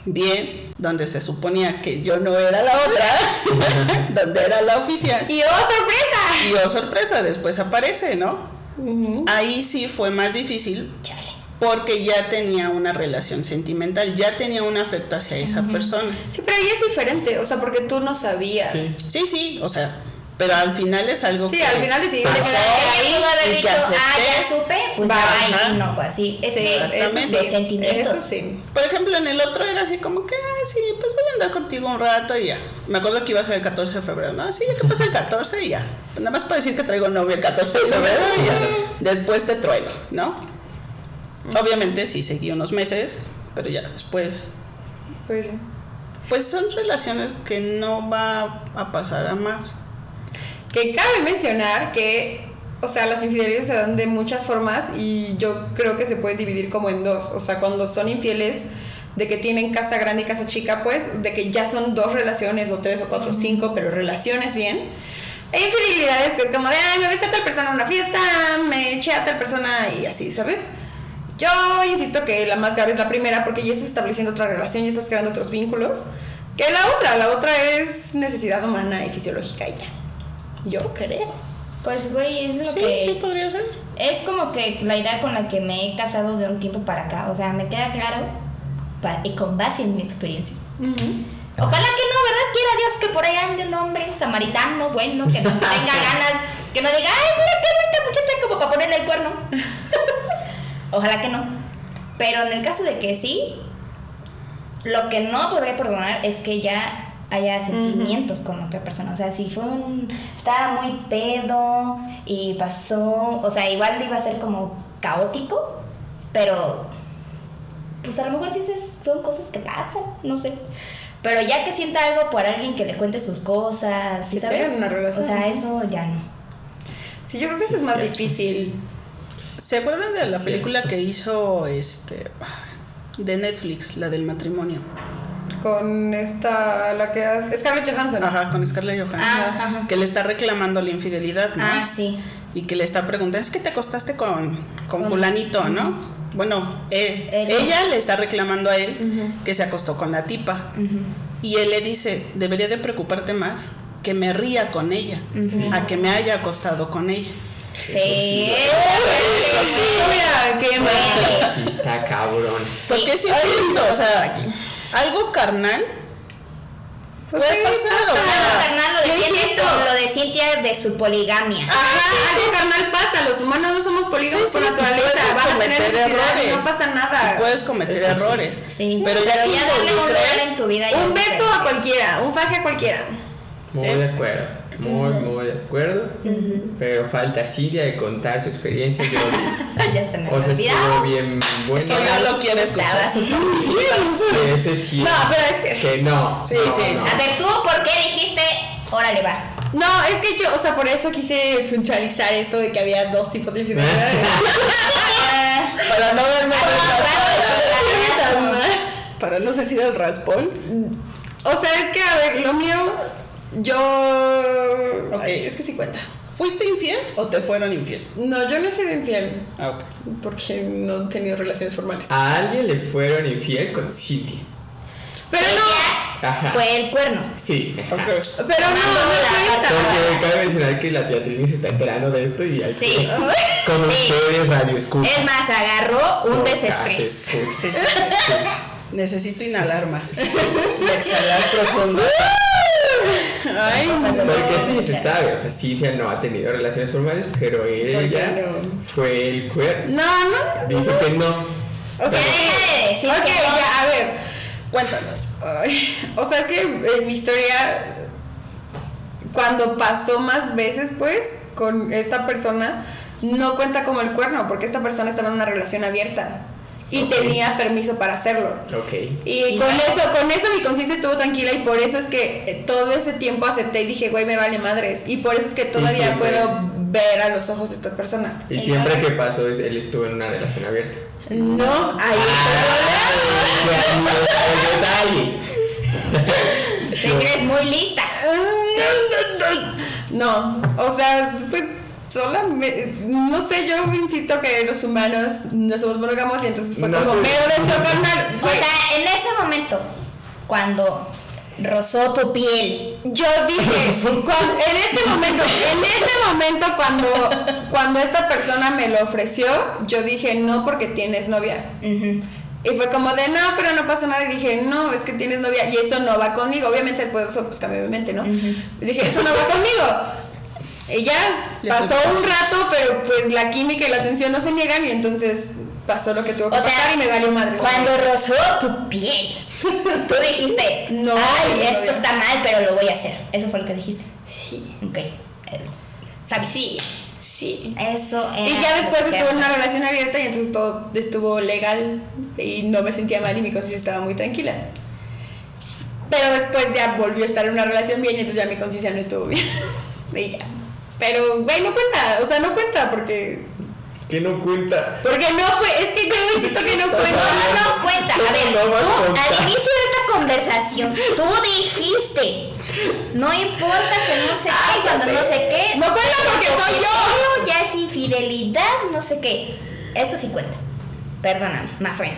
D: bien, donde se suponía que yo no era la otra, *laughs* donde era la oficial.
C: Y oh, sorpresa.
D: Y oh sorpresa, después aparece, ¿no? Ahí sí fue más difícil porque ya tenía una relación sentimental, ya tenía un afecto hacia esa persona.
C: Sí, pero ahí es diferente, o sea, porque tú no sabías. Sí,
D: Sí, sí, o sea, pero al final es algo que...
C: al final decidiste
E: O
D: Pasó.
E: sea,
C: que
E: ella pudo haber
D: y que
E: dicho, ah,
D: acepté.
E: ya supe, pues ya
D: Ajá.
E: va y no fue así. Es que
D: exactamente.
E: esos
D: eso
E: los
D: sí,
E: sentimientos.
C: Eso sí.
D: Por ejemplo, en el otro era así como que, ah, sí, pues voy a andar contigo un rato y ya. Me acuerdo que iba a ser el 14 de febrero, ¿no? Sí, ya que pasa el 14 y ya. Nada más para decir que traigo novia el 14 de febrero y
A: *laughs*
D: ya. Después te trueno, ¿no?
A: Mm.
D: Obviamente sí, seguí unos meses, pero ya después.
C: Pues, sí.
D: Pues son relaciones que no va a pasar a más.
C: que cabe mencionar que, o sea, las infidelidades se dan de muchas formas y yo creo que se puede dividir como en dos. O sea, cuando son infieles, de que tienen casa grande y casa chica, pues, de que ya son dos relaciones o tres o cuatro o cinco, pero relaciones bien. E infidelidades que es como de, ay, me besé a tal persona en una fiesta, me eché a tal persona y así, ¿sabes? Yo insisto que la más grave es la primera porque ya estás estableciendo otra relación, ya estás creando otros vínculos. Que la otra, la otra es necesidad humana y fisiológica y ya. Yo creo.
E: Pues, güey, es lo
D: Sí,
E: que...
D: sí, pues. podría ser.
E: Es como que la idea con la que me he casado de un tiempo para acá. O sea, me queda claro pa- y con base en mi experiencia. Ojalá que no, ¿verdad? Quiera Dios que por ahí ande un hombre samaritano, bueno, que no tenga ganas, que no diga, ay, mira qué bonita muchacha como para ponerle el cuerno. Ojalá que no. Pero en el caso de que sí, lo que no podría perdonar es que ya haya sentimientos con otra persona. O sea, si fue un. Estaba muy pedo y pasó. O sea, igual iba a ser como caótico, pero. Pues a lo mejor sí se- son cosas que pasan, no sé. Pero ya que sienta algo por alguien que le cuente sus cosas, ¿sí
C: Que
E: ¿sabes?
C: tengan una relación.
E: O sea, eso ya no.
C: Sí, yo creo que eso es más difícil.
D: ¿Se acuerdan de
A: Sí,
D: la
A: cierto.
D: película que hizo este de Netflix, la del matrimonio?
C: Con esta, la que hace. Scarlett Johansson.
D: Ajá, con Scarlett Johansson,
E: Ah, ajá.
D: que le está reclamando la infidelidad, ¿no?
E: Ah, sí.
D: Y que le está preguntando, es que te acostaste con, con fulanito, ¿no? Bueno, él-
E: Él.
D: ella le está reclamando a él que se acostó con la tipa. Y él le dice, debería de preocuparte más que me ría con ella, a que me haya acostado con ella.
E: Sí.
C: Mira, qué mal.
A: Sí, está cabrón.
D: Porque sí es cierto, o sea, algo carnal
E: Pues
D: puede pasar, o
E: Algo
D: sea,
E: carnal, lo de
C: Yo
E: Cintia es
C: insisto.
E: como lo de Cintia de su poligamia.
C: Ajá, algo carnal pasa. Los humanos no somos polígamos
D: Sí,
C: por
D: sí,
C: naturaleza.
D: puedes
C: Van a tener
D: cometer
C: necesidad y no
D: errores.
C: pasa nada.
D: puedes cometer
A: Eso sí.
D: errores.
E: Sí,
D: pero ya que
E: darle un lugar
D: involucras-
E: en tu vida. ya
C: Un
E: es
C: beso
E: diferente.
C: a cualquiera, un faje a cualquiera.
A: Muy de acuerdo. Muy, muy de acuerdo. Pero falta Siria de contar su experiencia. Yo,
E: *laughs* ya se me
A: o sea, estuvo
E: olvidó.
A: bien bueno.
D: Eso ya lo quiere
E: Daba
D: escuchar.
E: sus pasitos.
A: Sí, ese sí.
C: No, pero es que.
A: Que no.
D: Sí,
A: no,
D: sí,
A: no.
D: sí.
E: A ver, ¿tú por qué dijiste, órale, va?
C: No, es que yo, o sea, por eso quise puntualizar esto de que había dos tipos de
D: *laughs*
C: infidelidades.
E: Ah,
D: Para no verme
E: claro, claro.
D: Para no sentir el raspón.
C: O sea, es que, a ver, lo mío, yo.
D: Ok.
C: Ay, es que sí cuenta.
D: ¿Fuiste infiel o te fueron infiel?
C: No, yo no he sido infiel
D: Ah, ok.
C: porque no he tenido relaciones formales.
A: A alguien le fueron infiel con Cintia.
C: Pero no,
E: Ella
A: Ajá.
E: fue el cuerno.
A: Sí.
D: Ok.
C: pero no, no
E: la
C: cuenta.
A: Entonces, cabe mencionar que la teatrina se está enterando de esto y hay
E: Sí.
A: que- con
E: Sí.
A: ustedes radio escucha.
E: Es más, agarró un desestrés.
D: *laughs* Sí, sí, sí. Necesito inhalar más. Y exhalar profundo. Ay,
A: Porque sí, se sabe, o sea, Cintia no ha tenido relaciones formales, pero ella
D: no?
A: fue el cuerno.
C: No, no.
A: Dice que no.
E: O sea, deja de decir
C: ok,
E: que no.
C: ya, a ver.
D: cuéntanos.
C: Ay, o sea, es que en mi historia, cuando pasó más veces, pues, con esta persona, no cuenta como el cuerno, porque esta persona estaba en una relación abierta y
A: Ok.
C: tenía permiso para hacerlo.
A: Ok.
C: Y
E: Y
C: con
E: ya.
C: eso, con eso mi conciencia estuvo tranquila y por eso es que eh, todo ese tiempo acepté y dije, güey, me vale madres. Y por eso es que todavía
A: siempre-
C: puedo ver a los ojos a estas personas.
A: Y siempre que pasó, es- él estuvo en una relación abierta. Ah,
C: No, ahí
E: Te crees muy lista.
C: No, o sea, pues solamente, no sé, yo insisto que los humanos no somos monógamos y entonces fue
A: No,
C: como
A: tú-
C: medio deseo carnal.
E: O sea, en ese momento, cuando rozó tu piel,
C: yo *laughs* dije, cuan- en ese momento, en ese momento cuando, cuando esta persona me lo ofreció, yo dije no porque tienes novia.
E: ujú,
C: Y fue como de, no, pero no pasa nada. Y dije, no, es que tienes novia y eso no va conmigo. Obviamente después de eso, pues cambié mi mente, ¿no? Y dije, eso no va conmigo. Y ya,
D: Ya
C: pasó
D: fue.
C: un rato, pero pues la química y la atención no se niegan y entonces pasó lo que tuvo que
E: O sea,
C: pasar y me valió madre.
E: cuando rozó tu piel, tú dijiste,
C: No,
E: ay,
C: no,
E: esto
C: no.
E: está mal, pero lo voy a hacer. Eso fue lo que dijiste. Sí. Ok. Sí.
C: Sí.
E: Eso era
C: Y ya
E: lo
C: después
E: que
C: estuve en
E: pasó.
C: una relación abierta y entonces todo estuvo legal y no me sentía mal y mi conciencia estaba muy tranquila. Pero después ya volvió a estar en una relación bien y entonces ya mi conciencia no estuvo bien. *laughs* y ya. Pero, güey, no cuenta, o sea, no cuenta porque...
A: Que no cuenta.
C: Porque no fue, es que yo insisto que no
E: Pues No,
C: cuenta. Ah,
E: no, no cuenta.
A: No,
E: A ver,
A: no va a
E: tú
A: contar.
E: al inicio de esta conversación, tú dijiste, no importa que no sé qué, cuando no sé qué.
C: Ah, No cuenta porque soy yo.
E: Ya es infidelidad, no sé qué. Esto sí cuenta. Perdóname, Mafren.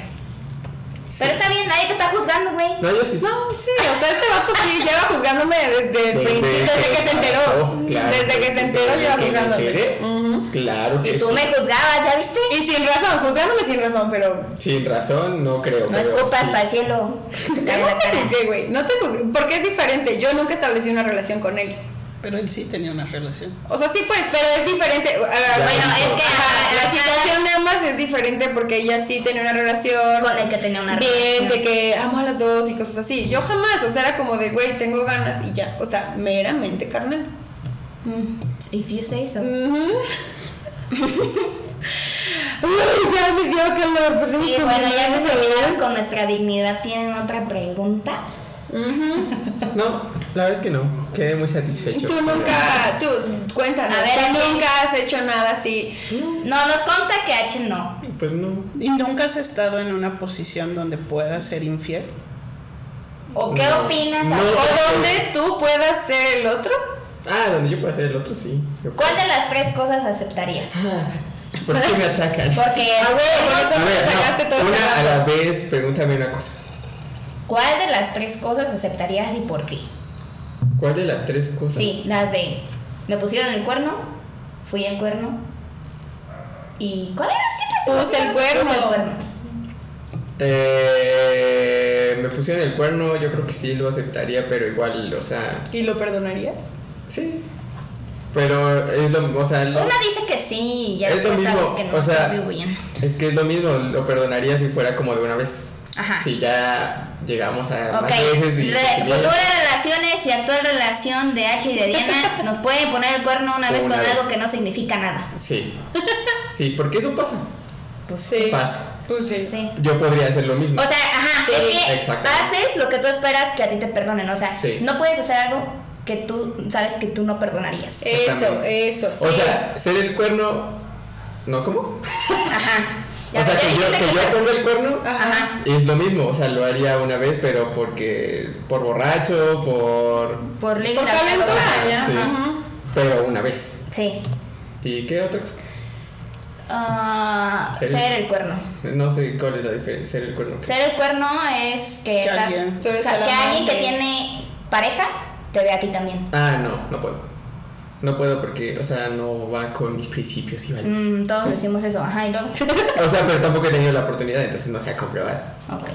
E: Pero está bien, nadie te está juzgando, güey.
A: No, yo sí.
C: No, sí, o sea, este vato sí lleva juzgándome desde el
A: Desde
C: principio, desde que se enteró.
A: pasó, claro,
C: desde que se enteró
A: desde
C: lleva
A: que me
C: juzgándome.
A: enteré, Claro que
E: Y tú
A: sí.
E: me juzgabas, ¿ya viste?
C: Y sin razón, juzgándome sin razón, pero
A: Sin razón, no creo.
E: No
A: pero
E: escupas
A: sí.
E: para el cielo. Te cae
C: No
E: la
C: te
E: cara.
C: juzgué, güey. No te juzgué. Porque es diferente. Yo nunca establecí una relación con él.
D: Pero él sí tenía una relación.
C: O sea, sí, pues, pero es diferente. Ah,
E: Bueno,
C: bueno,
E: es que
C: ajá,
E: ajá,
C: la
E: ajá,
C: situación de ambas es diferente porque ella sí tenía una relación.
E: con el que tenía una
C: Bien,
E: relación.
C: de que amo a las dos y cosas así. Yo jamás, o sea, era como de, güey, tengo ganas y ya. O sea, meramente carnal.
E: Mm, If you say so.
C: Ay, ya me dio calor. pues,
E: Sí,
C: es que
E: bueno, ya que
C: me-
E: terminaron con nuestra dignidad, ¿tienen otra pregunta?
A: No, la verdad es que no. Quedé muy satisfecho.
C: Tú nunca, tú, cuéntanos.
E: A ver,
C: tú
E: H.
C: nunca has hecho nada así.
E: No, nos consta que H no.
A: Pues no.
D: ¿Y nunca has estado en una posición donde puedas ser infiel?
E: ¿O qué
A: No.
E: opinas?
A: No.
E: Apolo?
C: O donde tú puedas ser el otro.
A: Ah, donde yo pueda hacer el otro, sí. Yo puedo.
E: ¿Cuál de las tres cosas
A: *laughs*
E: aceptarías?
A: ¿Por qué me
C: *laughs*
A: atacan?
E: Porque
A: A
E: somos-
A: ver, Ah, no,
C: atacaste todo el
A: una a
C: trabajo.
A: la vez, pregúntame una cosa.
E: ¿cuál de las tres cosas aceptarías y por qué?
A: ¿Cuál de las tres cosas?
E: Sí, las de me pusieron el cuerno, fui el cuerno. ¿Y cuál era siempre se me
C: Puse el
E: olvida. Puse
C: cuerno.
E: el cuerno.
A: Eh, me pusieron el cuerno, yo creo que sí lo aceptaría, pero igual, o sea,
C: ¿Y lo perdonarías?
A: sí. Pero es lo, o sea, lo-
E: Una dice que sí y ya
A: Es lo
E: después sabes
A: mismo,
E: que no
A: o sea-
E: está bien.
A: es que es lo mismo, lo perdonaría si fuera como de una vez.
E: Ajá.
A: Si ya llegamos a
E: Ok,
A: más veces y
E: Re- futuras relaciones y actual relación de H y de Diana nos pueden poner el cuerno una vez
A: Una
E: con
A: vez.
E: algo que no significa nada.
A: Sí. Sí, porque eso pasa.
E: Pues
C: Sí.
A: Pasa.
C: Pues sí.
E: Sí.
A: Yo podría hacer lo mismo.
E: O sea, ajá,
A: Sí.
E: es que
A: Exactamente.
E: haces lo que tú esperas que a ti te perdonen. O sea,
A: Sí.
E: no puedes hacer algo que tú sabes que tú no perdonarías.
C: Eso,
A: Exactamente.
C: eso, sí.
A: O sea, ser el cuerno. ¿No cómo?
E: Ajá.
A: o sea, que yo,
E: dijiste
A: que yo pongo el cuerno
E: Ajá.
A: es lo mismo. O sea, lo haría una vez, pero porque. Por borracho, por.
E: Por libre
C: Por calentura, ya.
A: sí. Pero una vez.
E: Sí.
A: ¿Y qué otra cosa?
E: Ah,
A: Ser-
E: ser el cuerno.
A: No sé cuál es la diferencia. Ser el cuerno.
E: Ser el cuerno es que,
D: Que
E: estás-
D: alguien-
C: tú eres
E: o sea,
C: el
E: que alguien que
C: amante.
E: tiene pareja te ve a ti también.
A: Ah, no, no puedo. No puedo porque, o sea, no va con mis principios y valores.
E: Mm, todos decimos eso, ajá, y
C: *laughs*
E: luego.
A: O sea, pero tampoco he tenido la oportunidad, entonces no se ha comprobado.
E: Ok.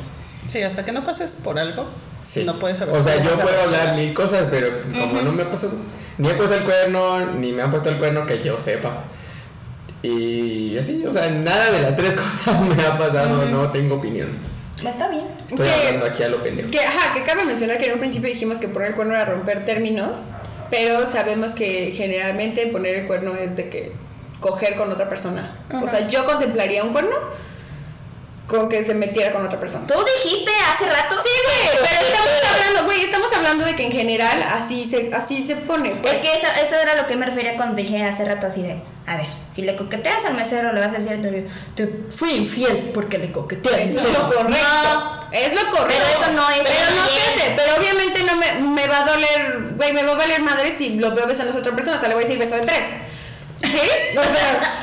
D: Sí, hasta que no pases por algo,
A: Sí.
D: no puedes saber.
A: O sea,
D: cómo
A: yo
D: esa
A: puedo
D: persona-
A: hablar mil cosas, pero pues, como no me ha pasado, ni he puesto el cuerno, ni me han puesto el cuerno que yo sepa. Y así, o sea, nada de las tres *laughs* cosas me ha pasado, no tengo opinión.
E: Está bien.
A: Estoy
C: Que-
A: hablando aquí a lo pendejo.
C: Que, ajá, que cabe mencionar que en un principio dijimos que poner el cuerno era romper términos, pero sabemos que generalmente poner el cuerno es de que coger con otra persona. O sea, yo contemplaría un cuerno con que se metiera con otra persona.
E: Tú dijiste hace rato.
C: Sí, güey, pero estamos hablando, güey, estamos hablando de que en general así se, así se pone. pues.
E: Es que eso, eso era lo que me refería cuando dije hace rato así de, a ver, si le coqueteas al mesero le vas a decir al novio, te fui infiel porque le coqueteé.
C: Eso es lo correcto.
E: No,
C: Es lo correcto.
E: Pero eso no es
C: Pero no
E: bien.
C: se hace. Pero obviamente no me, me va a doler, güey, me va a valer madre si lo veo besándose a otra persona. Hasta le voy a decir beso de tres. ¿Sí? O sea,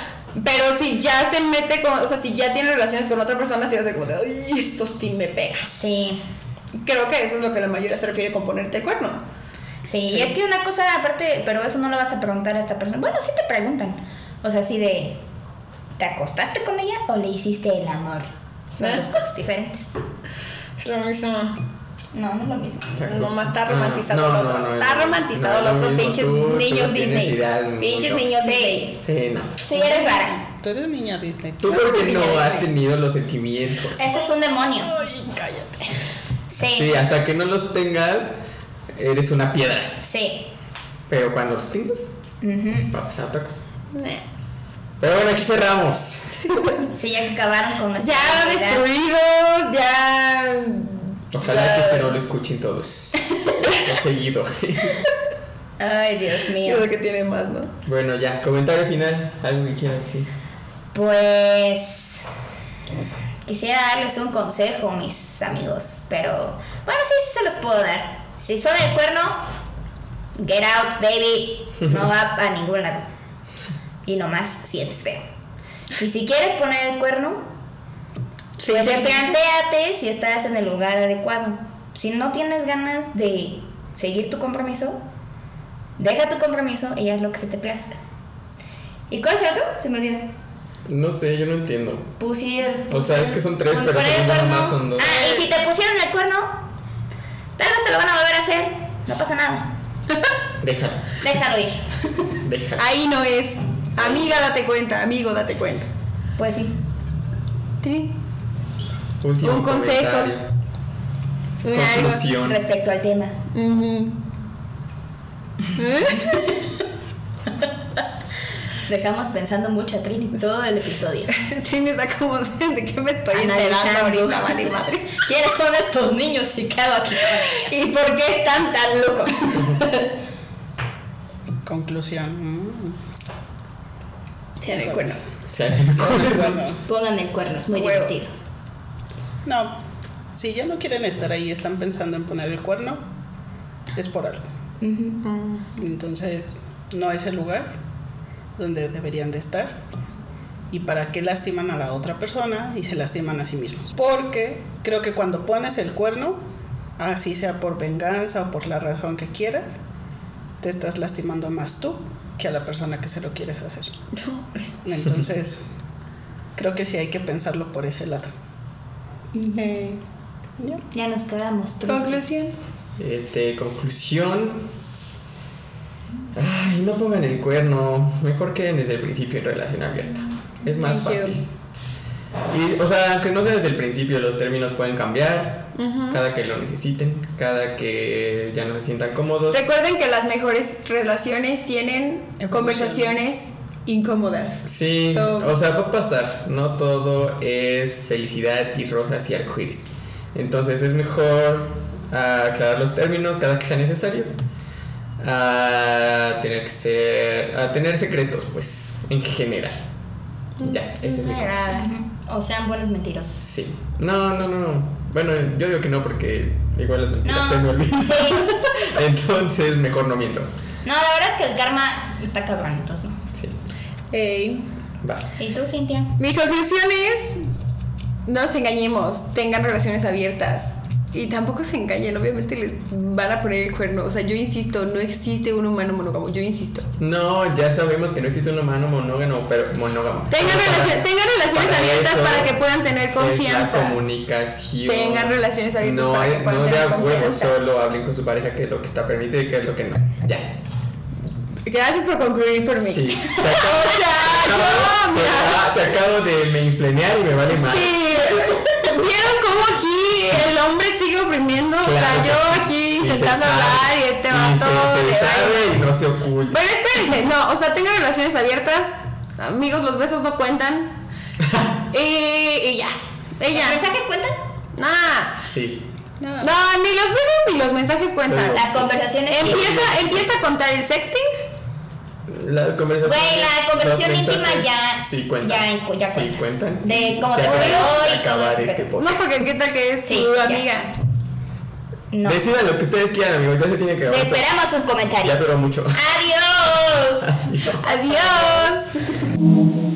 C: pero si ya se mete con, o sea, si ya tiene relaciones con otra persona, se va a hacer como de, "Ay, esto sí me pega.
E: sí.
C: Creo que eso es lo que la mayoría se refiere con ponerte el cuerno.
E: Sí, y es que una cosa aparte, pero eso no lo vas a preguntar a esta persona. Bueno, sí te preguntan. O sea, así de, ¿te acostaste con ella o le hiciste el amor? Son
C: ¿Eh?
E: dos cosas diferentes.
C: Es lo mismo.
E: No, no es lo mismo.
C: Nomás está
A: Ah,
C: romantizado
A: no,
C: el
A: no,
C: otro.
A: no,
C: está
A: no,
C: romantizado
A: no,
C: el
A: no,
C: otro.
A: mismo,
C: Pinches
A: tú- tú
C: niños
A: no tienes
C: Disney.
A: idea del
C: Pinches
A: mundo.
C: niños
E: Sí.
C: Disney.
A: Sí, no.
E: Sí, eres rara.
D: Tú eres niña Disney.
A: Tú porque
C: niña
A: no
C: de
A: has
C: fe.
A: tenido los sentimientos.
E: Eso es un demonio.
D: Ay, cállate.
A: Sí, hasta que no los tengas, eres una piedra.
E: Sí.
A: Pero cuando los tengas,
E: Ujú.
A: va a pasar otra cosa. Pero bueno, aquí cerramos.
E: Sí, ya que acabaron con nuestra.
C: Ya
E: realidad.
C: destruidos, ya.
A: Ojalá que este no lo escuchen todos. Lo seguido.
E: Ay, Dios
C: Yo
E: mío.
C: creo que tiene más, ¿no?
A: Bueno, ya, comentario final, algo que quieras decir.
E: Pues quisiera darles un consejo, mis amigos, pero bueno, sí, sí se los puedo dar. Si son el cuerno, get out, baby. No va a ningún lado. Y nomás sientes feo. Y si quieres poner el cuerno, pues replantéate si estás en el lugar adecuado. Si no tienes ganas de seguir tu compromiso, deja tu compromiso y haz lo que se te plazca. ¿Y cuál será tú? Se me olvidó.
A: No sé, yo no entiendo.
E: Pusieron.
A: O sea, es que son tres, pero según yo
E: cuerno.
A: nomás son dos.
E: Ah, y si te pusieron el cuerno, tal vez te lo van a volver a hacer. No pasa nada.
A: Déjalo,
E: Déjalo ir.
A: déjalo.
C: Ahí no es. Amiga, date cuenta, amigo, date cuenta.
E: Pues sí.
C: Sí.
A: Último
C: un consejo.
A: comentario.
C: Mira, algo.
A: Conclusión.
E: Respecto al tema.
C: *laughs* Ujú.
E: Dejamos pensando mucho a Trini todo
C: *laughs*
E: el episodio.
C: Trini está como de de qué me estoy enterando
E: Analizando.
C: ahorita, vale madre.
E: ¿Quiénes son estos niños y qué hago aquí?
C: ¿Y por qué están tan
E: *laughs*
C: locos?
A: *laughs*
D: Conclusión. Mm.
C: Se recuerdo.
D: recuerdo.
A: ¿Sabes?
E: Pongan el cuerno, es muy
C: Huevo.
E: divertido.
D: No, si ya no quieren estar ahí y están pensando en poner el cuerno, es por algo. Entonces, no es el lugar donde deberían de estar. ¿Y para qué lastiman a la otra persona y se lastiman a sí mismos? Porque creo que cuando pones el cuerno, así sea por venganza o por la razón que quieras, te estás lastimando más tú que a la persona que se lo quieres hacer. Entonces, creo que sí hay que pensarlo por ese lado. Ya.
E: Ya nos quedamos tristes.
C: Conclusión.
A: Este, conclusión. Ay, no pongan el cuerno. Mejor queden desde el principio en relación abierta. Es más fácil. Y, o sea, aunque no sea desde el principio, los términos pueden cambiar. Cada que lo necesiten, cada que ya no se sientan cómodos.
C: Recuerden que las mejores relaciones tienen conversaciones incómodas.
A: Sí,
C: So-
A: o sea, va a pasar. No todo es felicidad y rosas y arcoíris. Entonces es mejor ah, aclarar los términos cada que sea necesario. A tener que ser. A tener secretos, pues, en general. Ya, ese es mi consejo.
E: Ujú. O sean buenos mentirosos.
A: Sí. No, no, no, no. Bueno, yo digo que no porque igual las mentiras
E: No.
A: se me olvidan. *laughs*
E: Sí.
A: Entonces, mejor no miento.
E: No, la verdad es que el karma está cabrón, entonces no.
A: Sí,
C: Ey.
A: va.
E: ¿Y tú, Cintia?
C: Mi conclusión es, no nos engañemos, tengan relaciones abiertas. Y tampoco se engañen, obviamente les van a poner el cuerno. O sea, yo insisto, no existe un humano monógamo, yo insisto.
A: No, ya sabemos que no existe un humano monógamo, pero monógamo.
C: Tengan,
A: Pero para-
C: relacion- tengan relaciones
A: para
C: abiertas
A: eso
C: para que puedan tener
A: Es
C: confianza.
A: la comunicación.
C: Tengan relaciones abiertas
A: no,
C: para que
A: eh,
C: puedan
A: no de
C: tener
A: a huevo
C: confianza.
A: solo hablen con su pareja qué es lo que está permitido y qué es lo que no. Ya.
C: Gracias por concluir por mí. *laughs*
A: Sí. Te
C: O
A: acabo,
C: sea, *laughs* no,
A: te
C: mira.
A: acabo- te acabo de mainsplenear y me vale mal.
C: Sí. ¿Vieron cómo aquí el hombre sigue oprimiendo? o sea,
A: Claro que sí.
C: yo aquí
A: Y se
C: intentando
A: sabe.
C: hablar y este vato
A: se,
C: le
A: se
C: vale
A: sabe y no se oculta.
C: Pero espérense, no, o sea, tengan relaciones abiertas. Amigos, los besos no
A: *laughs*
C: cuentan. y, y ya.
E: ¿Los
C: Ella.
E: mensajes cuentan?
C: Nah.
A: Sí.
D: No,
C: No, ni los besos ni los mensajes cuentan.
A: Pero-
E: Las conversaciones. sí.
C: Empieza, empieza a contar el sexting.
A: Las conversaciones.
E: Güey, la conversación
A: los
E: íntima
A: mensajes,
E: ya-
A: Sí, cuentan.
E: ya encu- ya
A: Sí, cuentan.
E: De cómo te
A: Ya
E: fue
A: acabamos de
E: hoy y todo
A: acabar
E: eso,
A: este
E: pero-
A: podcast.
C: No, porque el tal que es
E: Sí,
C: su
E: ya.
C: amiga.
E: No.
A: Decidan lo que ustedes quieran, amigos. Ya se tiene que
E: Te
A: acabar esto.
E: esperamos sus
C: *laughs*
E: comentarios.
A: *laughs* Ya duró mucho.
E: Adiós.
C: Adiós.